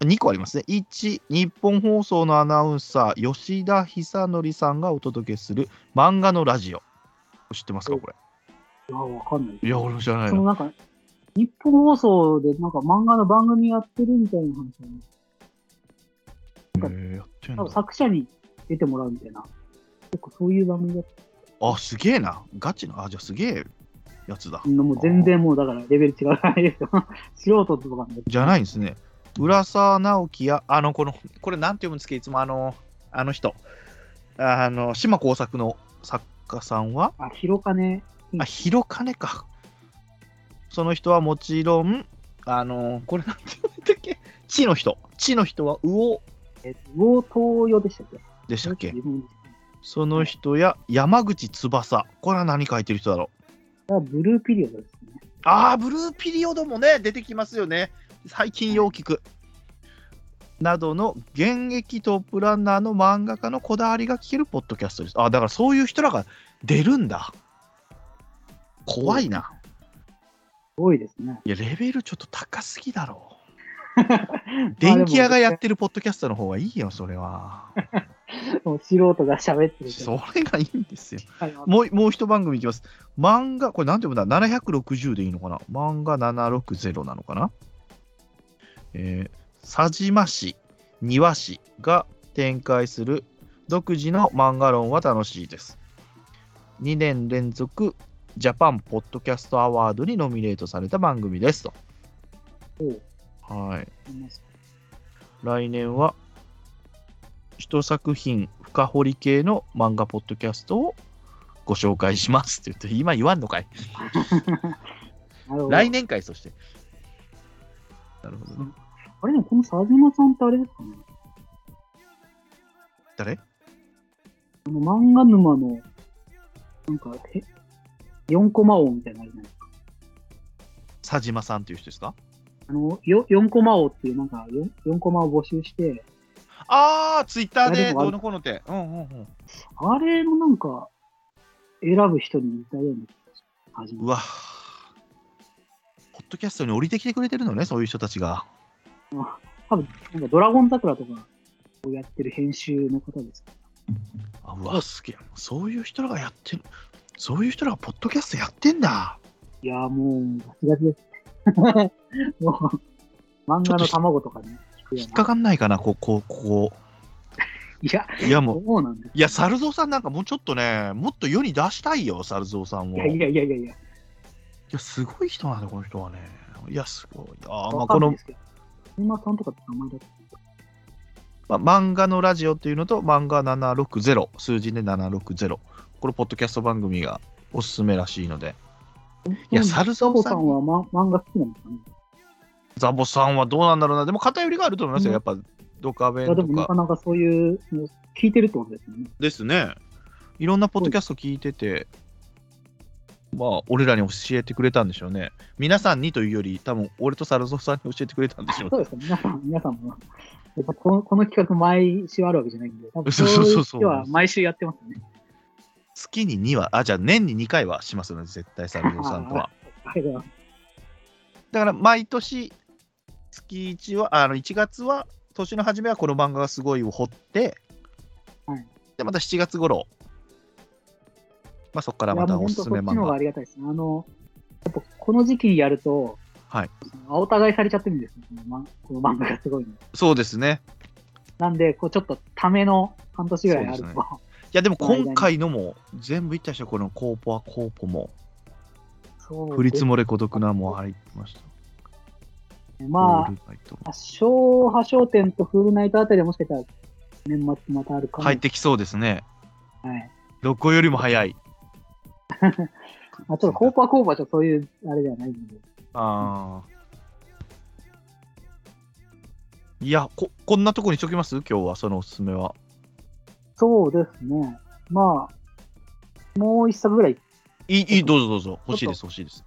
S1: 2個ありますね。1、日本放送のアナウンサー、吉田久典さんがお届けする漫画のラジオ。知ってますか、これ。
S2: いや、わかんない。
S1: いや、俺も知らない
S2: その
S1: な。
S2: なんか、日本放送でなんか漫画の番組やってるみたいな話だね
S1: えーやってんだ
S2: 多分作者に出てもらうみたいな。結構そういう番組だっ
S1: あ、すげえな。ガチな。あ、じゃあすげえやつだ
S2: た。のもう全然もうだからレベル違う [laughs] からあれですよ。素人とかね。
S1: じゃないんですね。浦沢直樹や、あの、この、これなんて読むんですかいつもあの、あの人。あの、島耕作の作家さんは
S2: あ、広金。
S1: あ、広金か。その人はもちろん、あの、これなんて読むんだっけ地の人。地の人は魚
S2: えっと、魚東洋でしたっけ
S1: でしたっけ
S2: 自分で
S1: その人や山口翼。これは何書いてる人だろう。
S2: あブルーピリオドですね。
S1: ああ、ブルーピリオドもね、出てきますよね。最近よう聞く。などの現役トップランナーの漫画家のこだわりが聞けるポッドキャストです。あだからそういう人らが出るんだ。怖いな。
S2: すごいですね。
S1: いや、レベルちょっと高すぎだろう。電気屋がやってるポッドキャストの方がいいよ、それは。
S2: [laughs] もう素人が喋ってるけど。
S1: それがいいんですよ。
S2: あの
S1: もうもう一番組いきます。漫画、これなんて読むんだ ?760 でいいのかな漫画760なのかなえー、佐島市、庭市が展開する独自の漫画論は楽しいです。2年連続ジャパンポッドキャストアワードにノミネートされた番組ですと。
S2: おう
S1: はい。
S2: うん
S1: 来年は一作品深掘り系の漫画ポッドキャストをご紹介しますって言って今言わんのかい
S2: なるほど
S1: 来年かいそしてなるほどね
S2: あれね、この佐島さんってあれですかね。
S1: 誰
S2: あの漫画沼の、なんか、え4コマ王みたいなのあるじゃないですか。
S1: 佐島さんという人ですか
S2: あの、よ4コマ王っていう、なんか4、4コマを募集して、
S1: ああツイッター
S2: あ
S1: で
S2: でもあ
S1: どうのこうのってうんうんうん
S2: あれのなんか、選ぶ人に似たような感じ。
S1: うわポッドキャストに降りてきてくれてるのねそういう人たちが
S2: なんかドラゴン桜とかをやってる編集の方です。
S1: あうわすげえそういう人らがやってるそういう人らがポッドキャストやってんだ
S2: いやーもう、ガチガチです。 [laughs] もう、漫画の卵とかね、聞くよ
S1: 引
S2: う
S1: っ
S2: な
S1: か。かんないかなこここ
S2: いや、
S1: こいやもう
S2: そうなんです。
S1: いや、猿蔵さんなんかもうちょっとね、もっと世に出したいよ、猿蔵さんを。
S2: いやい
S1: い
S2: やいやいやいや、
S1: や、すごい人なんだ、この人はね。いや、すごい。あーま
S2: わ
S1: あ、
S2: か
S1: こ
S2: んない
S1: の
S2: で、すけど。今さんとかって名前だった
S1: まあ、漫画のラジオっていうのと、漫画760、数字で760。これ、ポッドキャスト番組がおすすめらしいので。いや、猿
S2: サボ
S1: 蔵
S2: さ
S1: さ
S2: ん
S1: ん、
S2: は、ま、漫画好きなんですかね
S1: ザボさんはどうなんだろうな。でも、偏りがあると思いますよ。やっぱ、ドカ
S2: い
S1: ベ
S2: や
S1: ン
S2: で
S1: と
S2: もなか
S1: か
S2: なかそういうのを聞いてるってことですよね。
S1: ですね。いろんなポッドキャスト聞いてて、まあ、俺らに教えてくれたんでしょうね。皆さんにというより、多分俺と猿蔵さんに教えてくれたんでしょうね
S2: [laughs] そうですね、皆さん、皆さんも。やっぱこのこの企画、毎週あるわけじゃないんで、多分
S1: そうそうそうそう
S2: 今日は毎週やってますね。
S1: 月に2は、あ、じゃあ年に2回はしますよね、絶対、サルドさんとは。
S2: ありがとうございます
S1: だから毎年、月1は、あの1月は、年の初めはこの漫画がすごいを掘って、
S2: はい
S1: で、また7月頃、まあ、そこからま
S2: いや
S1: た
S2: も
S1: お
S2: う本
S1: す
S2: 当
S1: す
S2: そ
S1: め
S2: っち
S1: 漫
S2: の方が
S1: 画
S2: あ。りがたいですね。あの、やっぱこの時期にやると、
S1: はい
S2: その、あお互いされちゃってるんですよ、このまこの漫画がすごいの。
S1: そうですね。
S2: なんで、こうちょっとための半年ぐらいある
S1: そ
S2: と
S1: うですね、いや、でも今回のも、全部いったでしょ、このコーポはコーポも、
S2: そう
S1: 降り積もれ孤独なも入ってました。
S2: ですねま
S1: オー
S2: あ
S1: ルナイト、
S2: 昭和商店とフルナイトあたりはもしかしたら年末またあるかも。
S1: 入ってきそうですね。
S2: はい。
S1: どこよりも早い。
S2: [laughs] まあ、ちょっとコーパーコーパーちょっとそういうあれではないんで。
S1: ああ。いやこ、こんなとこにしときます今日は、そのおすすめは。
S2: そうですね。まあ、もう一作ぐらい、うん
S1: いい、いいどうぞどうぞ。欲しいです、欲しいです。
S2: ち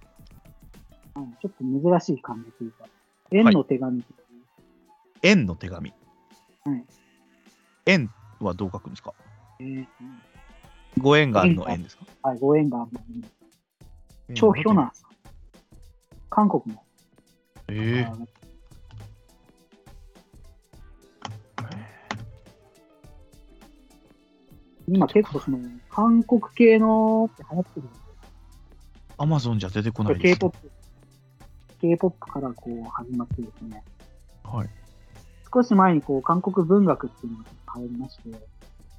S2: ょっと珍しい感じというか、縁の手紙という、
S1: 円の手紙。
S2: はい
S1: 円はどう書くんですか
S2: え
S1: ご縁があるの円ですか
S2: ーはい、ご縁があるのに、超ヒョナさん。韓国の。
S1: ええ
S2: あの今結構その、韓国系のって流行ってるんで
S1: アマゾンじゃ出てこ
S2: こ
S1: な
S2: れ
S1: いです。
S2: K-POP、K-POP からこう始まってですね、
S1: はい。
S2: 少し前にこう韓国文学っていうのが流行りまして、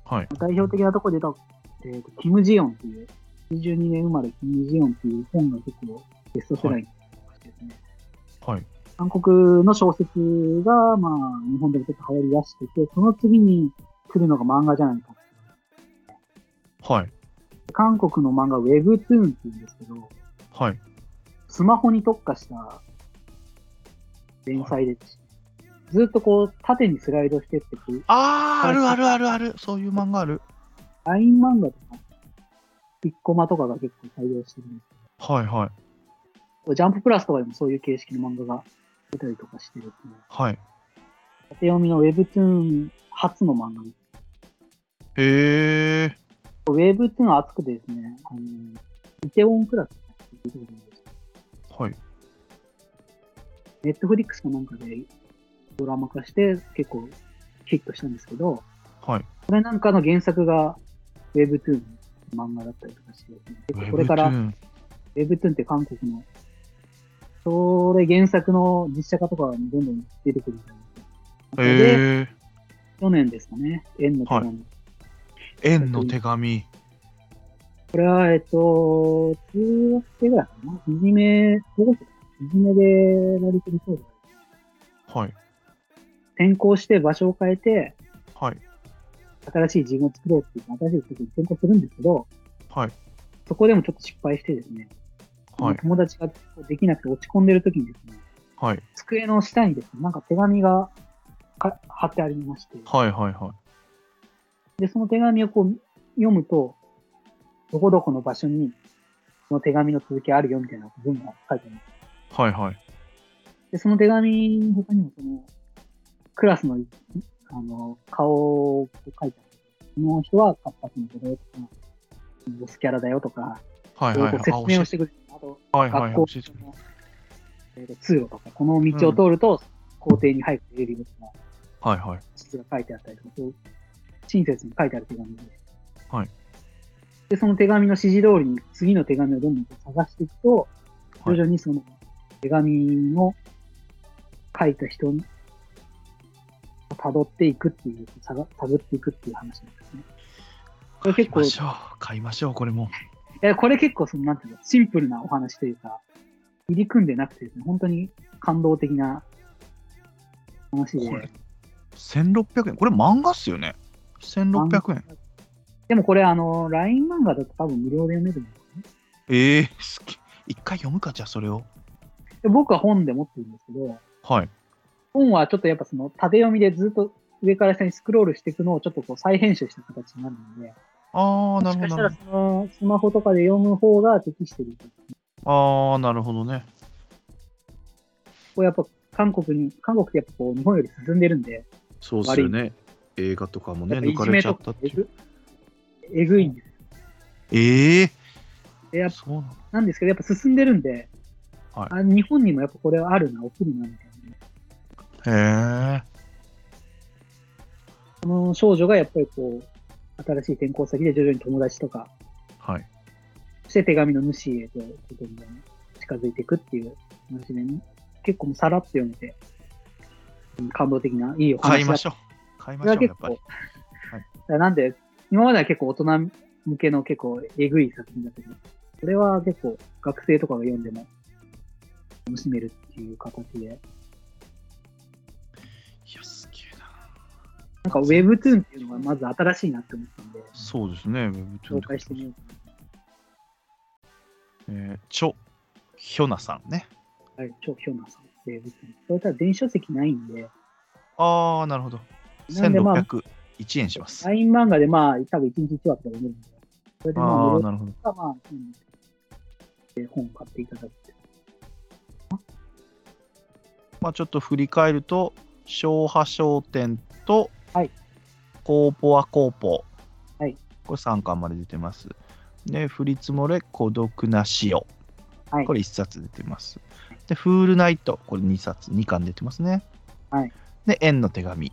S1: はい。
S2: 代表的なところで言うと、えーとキム・ジヨンっていう、22年生まれキム・ジヨンっていう本が結構ベストセラーになってですね、
S1: はい。
S2: 韓国の小説が、まあ、日本でもちょっと流行り出してて、その次に来るのが漫画じゃないか。
S1: はい。
S2: 韓国の漫画、ウェブトゥーンって言うんですけど、
S1: はい。
S2: スマホに特化した連載で、ずっとこう、縦にスライドしてって、こう、
S1: あー、あるあるあるある。そういう漫画ある。
S2: ライン漫画とか、ピッコマとかが結構対応してるんです
S1: はいはい。
S2: けど、ジャンププラスとかでもそういう形式の漫画が出たりとかしてるっていう
S1: はい。
S2: 縦読みの Webtoon 初の漫画です。
S1: へえ。
S2: Webtoon は熱くてですね、あの、イテウォンクラスっていうところ
S1: は
S2: で
S1: い。
S2: ネットフリックスかなんかでドラマ化して結構ヒットしたんですけど、
S1: はい。
S2: これなんかの原作が Webtoon の漫画だったりとかして、結構これから
S1: ウェブトゥーン
S2: Webtoon って韓国の、それ原作の実写化とかもどんどん出てくるみたいな。で、
S1: へえ。
S2: 去年ですかね、縁の手紙、
S1: は縁の手紙。
S2: これは、えっと、中学生ぐらいかな。いじめ、どういじめで乗り切りそうです。
S1: はい。
S2: 転校して場所を変えて、
S1: はい。
S2: 新しい自分を作ろうっていう、新しい時に転校するんですけど、
S1: はい。
S2: そこでもちょっと失敗してですね、
S1: はい。
S2: 友達ができなくて落ち込んでる時にですね、
S1: はい。
S2: 机の下にですね、なんか手紙がか貼ってありまして、
S1: はい。はい。は
S2: で、その手紙をこう読むと、どこどこの場所に、その手紙の続きあるよみたいな文が書いてあります。
S1: い。はい。はい。
S2: で、その手紙の他にも、その、クラスの、あの、顔を書いてある。この人は活発な子だよとか、ボスキャラだよとか、
S1: はい。
S2: こう
S1: はい。
S2: 説
S1: あ
S2: 明
S1: 教
S2: を
S1: え
S2: してくれる。あと、
S1: はい。はい。
S2: 学
S1: 教
S2: 校
S1: えてくれ
S2: の、えーと通路とか、この道を通ると、校庭に入って出るよとか、
S1: はい。はい。
S2: 地図が書いてあったりとか、そう親切に書いてある手紙です。
S1: はい。
S2: で、その手紙の指示通りに、次の手紙をどんどんこう探していく
S1: は
S2: と、徐
S1: い
S2: 々にその手紙の書いた人を辿っていくっていう、探探っていくっていう話なんですね。これ
S1: 買い
S2: 結構
S1: ま、しょう。買いましょう。これも。
S2: えこれ結構その、なんていうの、シンプルなお話というか、入り組んでなくてですね、本当に感動的な話で
S1: こ。れ1600円。これ漫画っすよね。1600円。
S2: でもこれ、あの、LINE 漫画だと多分無料で読めるんですよね。
S1: ええ好き。一回読むか、じゃあそれを。
S2: で僕は本で持ってるんですけど、
S1: はい。
S2: 本はちょっとやっぱその縦読みでずっと上から下にスクロールしていくのをちょっとこう再編集した形になるので、
S1: ああ、
S2: も
S1: な
S2: し
S1: る
S2: か
S1: ほど
S2: した
S1: な
S2: ら
S1: る
S2: そのスマホとかで読む方が適してる。
S1: ほど。ああ、なるほどね。
S2: こうやっぱ韓国に、韓国ってやっぱこう日本より進んでるんで、
S1: そうっ
S2: すよ
S1: ね。映画とかも
S2: やっぱいじめとかえぐえぐいんです。
S1: ええ
S2: でやっぱ
S1: そうなの
S2: なんですけど、やっぱ進んでるんで、
S1: はい
S2: あ日本にもやっぱこれはあるな、起きるな、みたいな。
S1: へえ。
S2: この少女がやっぱりこう、新しい転校先で徐々に友達とか、
S1: はい。
S2: そして手紙の主へとどんどん近づいていくっていう話で、ね、結構もうさらっと読めて、うん感動的ないいお話だ
S1: 買いましょう。買い
S2: こ
S1: ま
S2: れ
S1: しょ
S2: は
S1: う、や
S2: 結
S1: っぱ
S2: 構、
S1: り。
S2: なんで、今までは結構大人向けの結構えぐい作品だけど、これは結構学生とかが読んでも楽しめるっていう形
S1: い
S2: で、
S1: や、すげえな。
S2: なんか Webtoon っていうのがまず新しいなって思ったんで、
S1: そうですね。ウェブトゥーンってこ
S2: 紹
S1: と
S2: 介
S1: で
S2: し
S1: す
S2: てみようか
S1: えー、チョ・ヒョナさんね。
S2: な。はい、超ひょうなさん、Webtoon。それたら電子書籍ないんで、
S1: ああ、なるほど。
S2: なんでまあ
S1: 1601円します。
S2: ライン漫画でまあ、多分1日1話とか読めるんで、それでまあ、
S1: あ
S2: 無
S1: あ、
S2: 料
S1: なるほど。
S2: か、まあ、うんで本買っていただいて。
S1: まあ、ちょっと振り返ると、昭和商店と、
S2: はい
S1: コーポはコーポ。
S2: はい
S1: これ3巻まで出てます。で、降り積もれ、孤独な塩。
S2: はい
S1: これ1冊出てます。で、フールナイト。これ2冊、2巻出てますね。
S2: はい
S1: で、縁の手紙。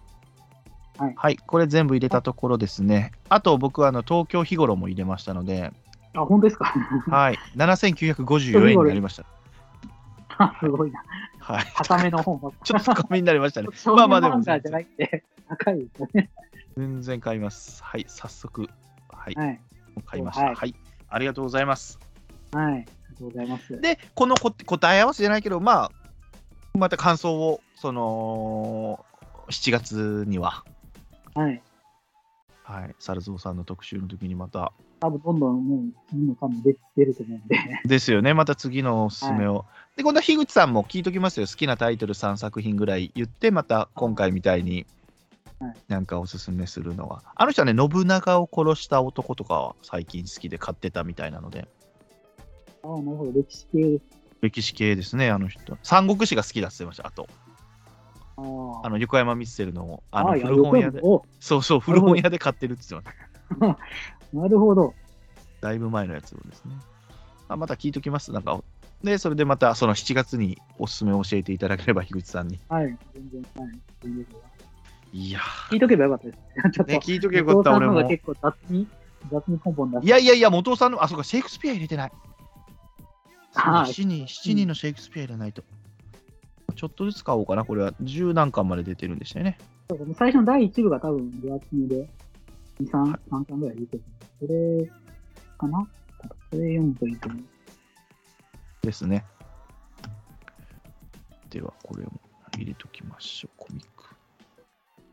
S2: はい
S1: これ全部入れたところですね。あと、僕はあの東京日頃も入れましたので、
S2: あ、本当ですか
S1: はい、7954円になりました。
S2: [laughs] すごいな。
S1: はい、
S2: 高めの本ばっか。
S1: ちょっと高めになりましたね
S2: [laughs] 少
S1: [laughs] まあ
S2: 年
S1: まあで
S2: 漫
S1: も
S2: 画じゃなくて、高いですよね。
S1: 全然買います。はい、早速、はい、
S2: はい。
S1: 買いました。は、
S2: はいい
S1: ありがとうございます。
S2: はい。ありがとうございます。
S1: で、このこ答え合わせじゃないけど、まあ、また感想を、その、7月には、
S2: はい。
S1: はい、猿蔵さんの特集の時にま [laughs] た、
S2: 多分どんどんもう次の巻も出出ると思うんで。
S1: ですよね、また次のおすすめを。で、今度は樋口さんも聞いときますよ。好きなタイトル3作品ぐらい言って、また今回みたいに
S2: はい。
S1: なんかおすすめするのはあの人はね信長を殺した男とかは最近好きで買ってたみたいなので
S2: ああ、なるほど。歴史系です。
S1: 歴史系ですねあの人三国志が好きだって言ってましたあと
S2: あ
S1: あ
S2: あ。
S1: の横山ミッセルのあ
S2: あ
S1: の
S2: あ、や
S1: 古本屋で
S2: お
S1: そうそう古本屋で買ってるって言ってました
S2: なるほど。
S1: だいぶ前のやつをですねあまた聞いときますなんかで、それでまたその7月におすすめを教えていただければ、樋口さんに。
S2: はい、全然、はい、いいですよ
S1: いや
S2: 聞いとけばよかったです。 [laughs] ちょっと、
S1: ね、聞いとけばよかった、
S2: 後藤さん
S1: 俺
S2: の方が
S1: も。
S2: 結構雑に、雑にポンポン出
S1: い
S2: して
S1: やいやいや、元尾さんの、あ、そうか、シェイクスピア入れてない。
S2: あー
S1: 7人、7人のシェイクスピア入れないと。ちょっとずつ買おうかな、これは10何巻まで出てるんでしたよね。
S2: そうですね最初の第1部が多分分厚めで、2、3、3巻ぐらい出てる。それかな多分それ読むといいと思う。
S1: ですね。では、これも入れときましょう、コミック。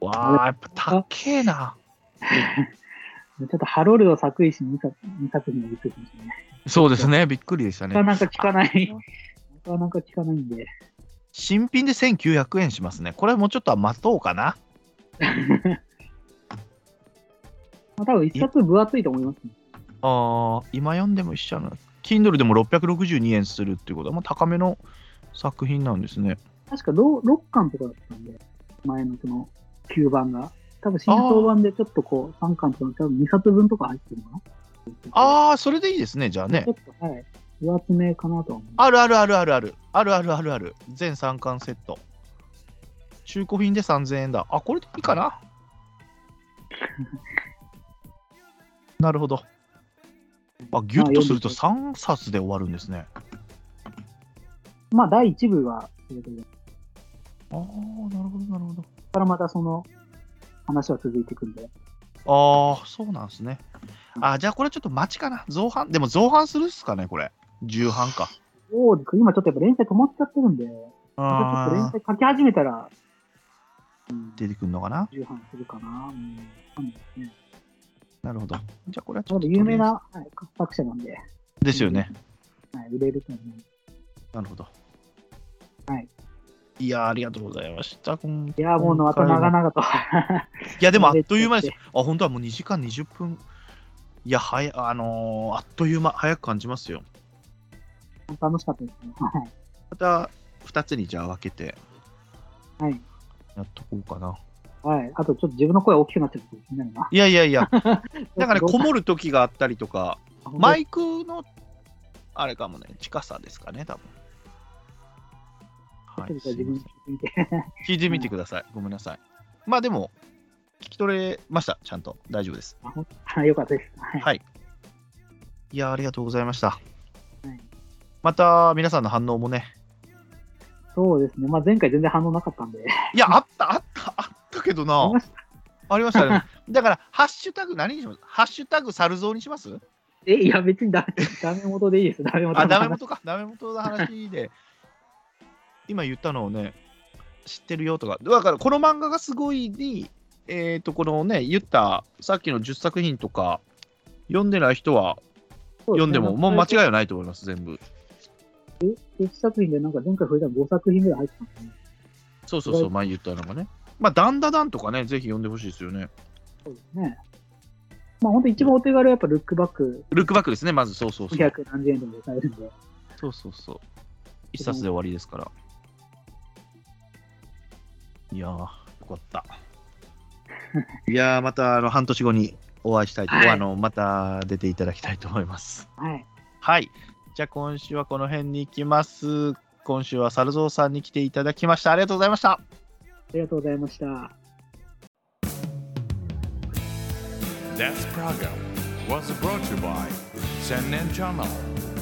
S1: わあ、やっぱ高えな。
S2: ちょっとハロルド作為史2作二作品をびっくりしましたね。
S1: そうですね、びっくりでした
S2: なか
S1: ね。
S2: なか聞かない。なかなか聞かないんで。
S1: 新品で1900円しますね。これもうちょっとは待とうかな。
S2: まあ、多分一冊分厚いと思いますね。
S1: ああ、今読んでも一緒な。Kindle でも662円するっていうことは、まあ、高めの作品なんですね。
S2: 確かろ6巻とかだったんで、前のその9番が。多分新装版でちょっとこう3巻とか多分2冊分とか入ってるのかな
S1: ああ、それでいいですね、じゃあね
S2: ちょ。っとはい。分厚めかなとは思う。
S1: あるあるあるあるある。あるあるあるある。全3巻セット。中古品で3000円だ。あ、これでいいかな [laughs] なるほど。あ、ギュッとすると3冊で終わるんですね。
S2: まあ第1部はそれで、そこ
S1: ああ、なるほど、なるほど。
S2: からまたその話は続いていくんで。
S1: ああ、そうなんですね。あーじゃあこれちょっと待ちかな。造反。でも造反するっすかね、これ。重版か。
S2: そうですか今ちょっとやっぱ連載止まっちゃってるんで、またちょっと連
S1: あー
S2: 載書き始めたら、うん、
S1: 出てくるのかな。
S2: 重版するかな。うんなんですね
S1: なるほど。じゃあこれはち
S2: ちょ
S1: ょっ
S2: っと
S1: と。
S2: 有名。な、はい、作者なんで、
S1: ですよね。
S2: はい、売れると思う。
S1: なるほど。
S2: はい。
S1: いやーありがとうございました。今
S2: いや、もうまた長々と。 [laughs]
S1: いや、でもあっという間ですよ。あ、本当はもう2時間20分。いや、はや、あのーあっという間、早く感じますよ。
S2: 楽しかったですね。はい
S1: また2つにじゃあ分けて。
S2: はい。
S1: やっとこうかな。
S2: はい。あと、ちょっと自分の声大きくなっちゃうこと気になるな。
S1: いやいやい
S2: [laughs]
S1: や、なんかね、
S2: どう
S1: こもる時があったりとか、
S2: 本当
S1: マイクの、あれかもね、近さですかね、多分。は
S2: ちょっ
S1: い、す
S2: と自
S1: い
S2: 分
S1: ま
S2: で
S1: せん
S2: 聞いて [laughs]
S1: 聞いてみてください。ごめんなさい。まあでも、聞き取れました。ちゃんと。大丈夫です。
S2: はいよかったです。はい。
S1: はい。いやー、ありがとうございました。
S2: はい
S1: また、皆さんの反応もね。
S2: そうですね。まあ、前回全然反応なかったんで。
S1: [laughs]
S2: [laughs]
S1: いや、あった、あった、あったけどな
S2: ありま。した
S1: ありました [laughs] ね。だから、ハッシュタグ何にしますハッシュタグ猿像にします
S2: え、いや、別にダメ、 [laughs] ダメ元でいいです。ダメ元
S1: あ、ダメ
S2: 元。
S1: 元か。ダメ元の話で、 [laughs] 今言ったのをね、知ってるよとか。だから、この漫画がすごいに、えっ、と、このね、言った、さっきの10作品とか、読んでない人は読んでも、もう間違いはないと思います、全部。
S2: い。一作品で、なんか前回触れた5作品ぐらい入ってたんですね。
S1: そうそうそう、前言ったのがね。まあ、ダンダダンとかね、ぜひ読んでほしいですよね。
S2: そうですね。まあ、本当一番お手軽はやっぱルックバック
S1: ルックバックですね、まず、そうそうそう。
S2: 200何十円でも買えるんで。
S1: そうそうそう。一冊で終わりですから。いやー、よか
S2: [laughs]
S1: った。いやー、またあの半年後にお会いしたいと、
S2: はい
S1: あのまた出ていただきたいと思います。
S2: はい。
S1: はい。じゃあ今週はこの辺に行きます。今週は猿蔵さんに来ていただきました。ありがとうございました。
S2: ありがとうございました。
S3: This program was brought to you by Sennen Channel.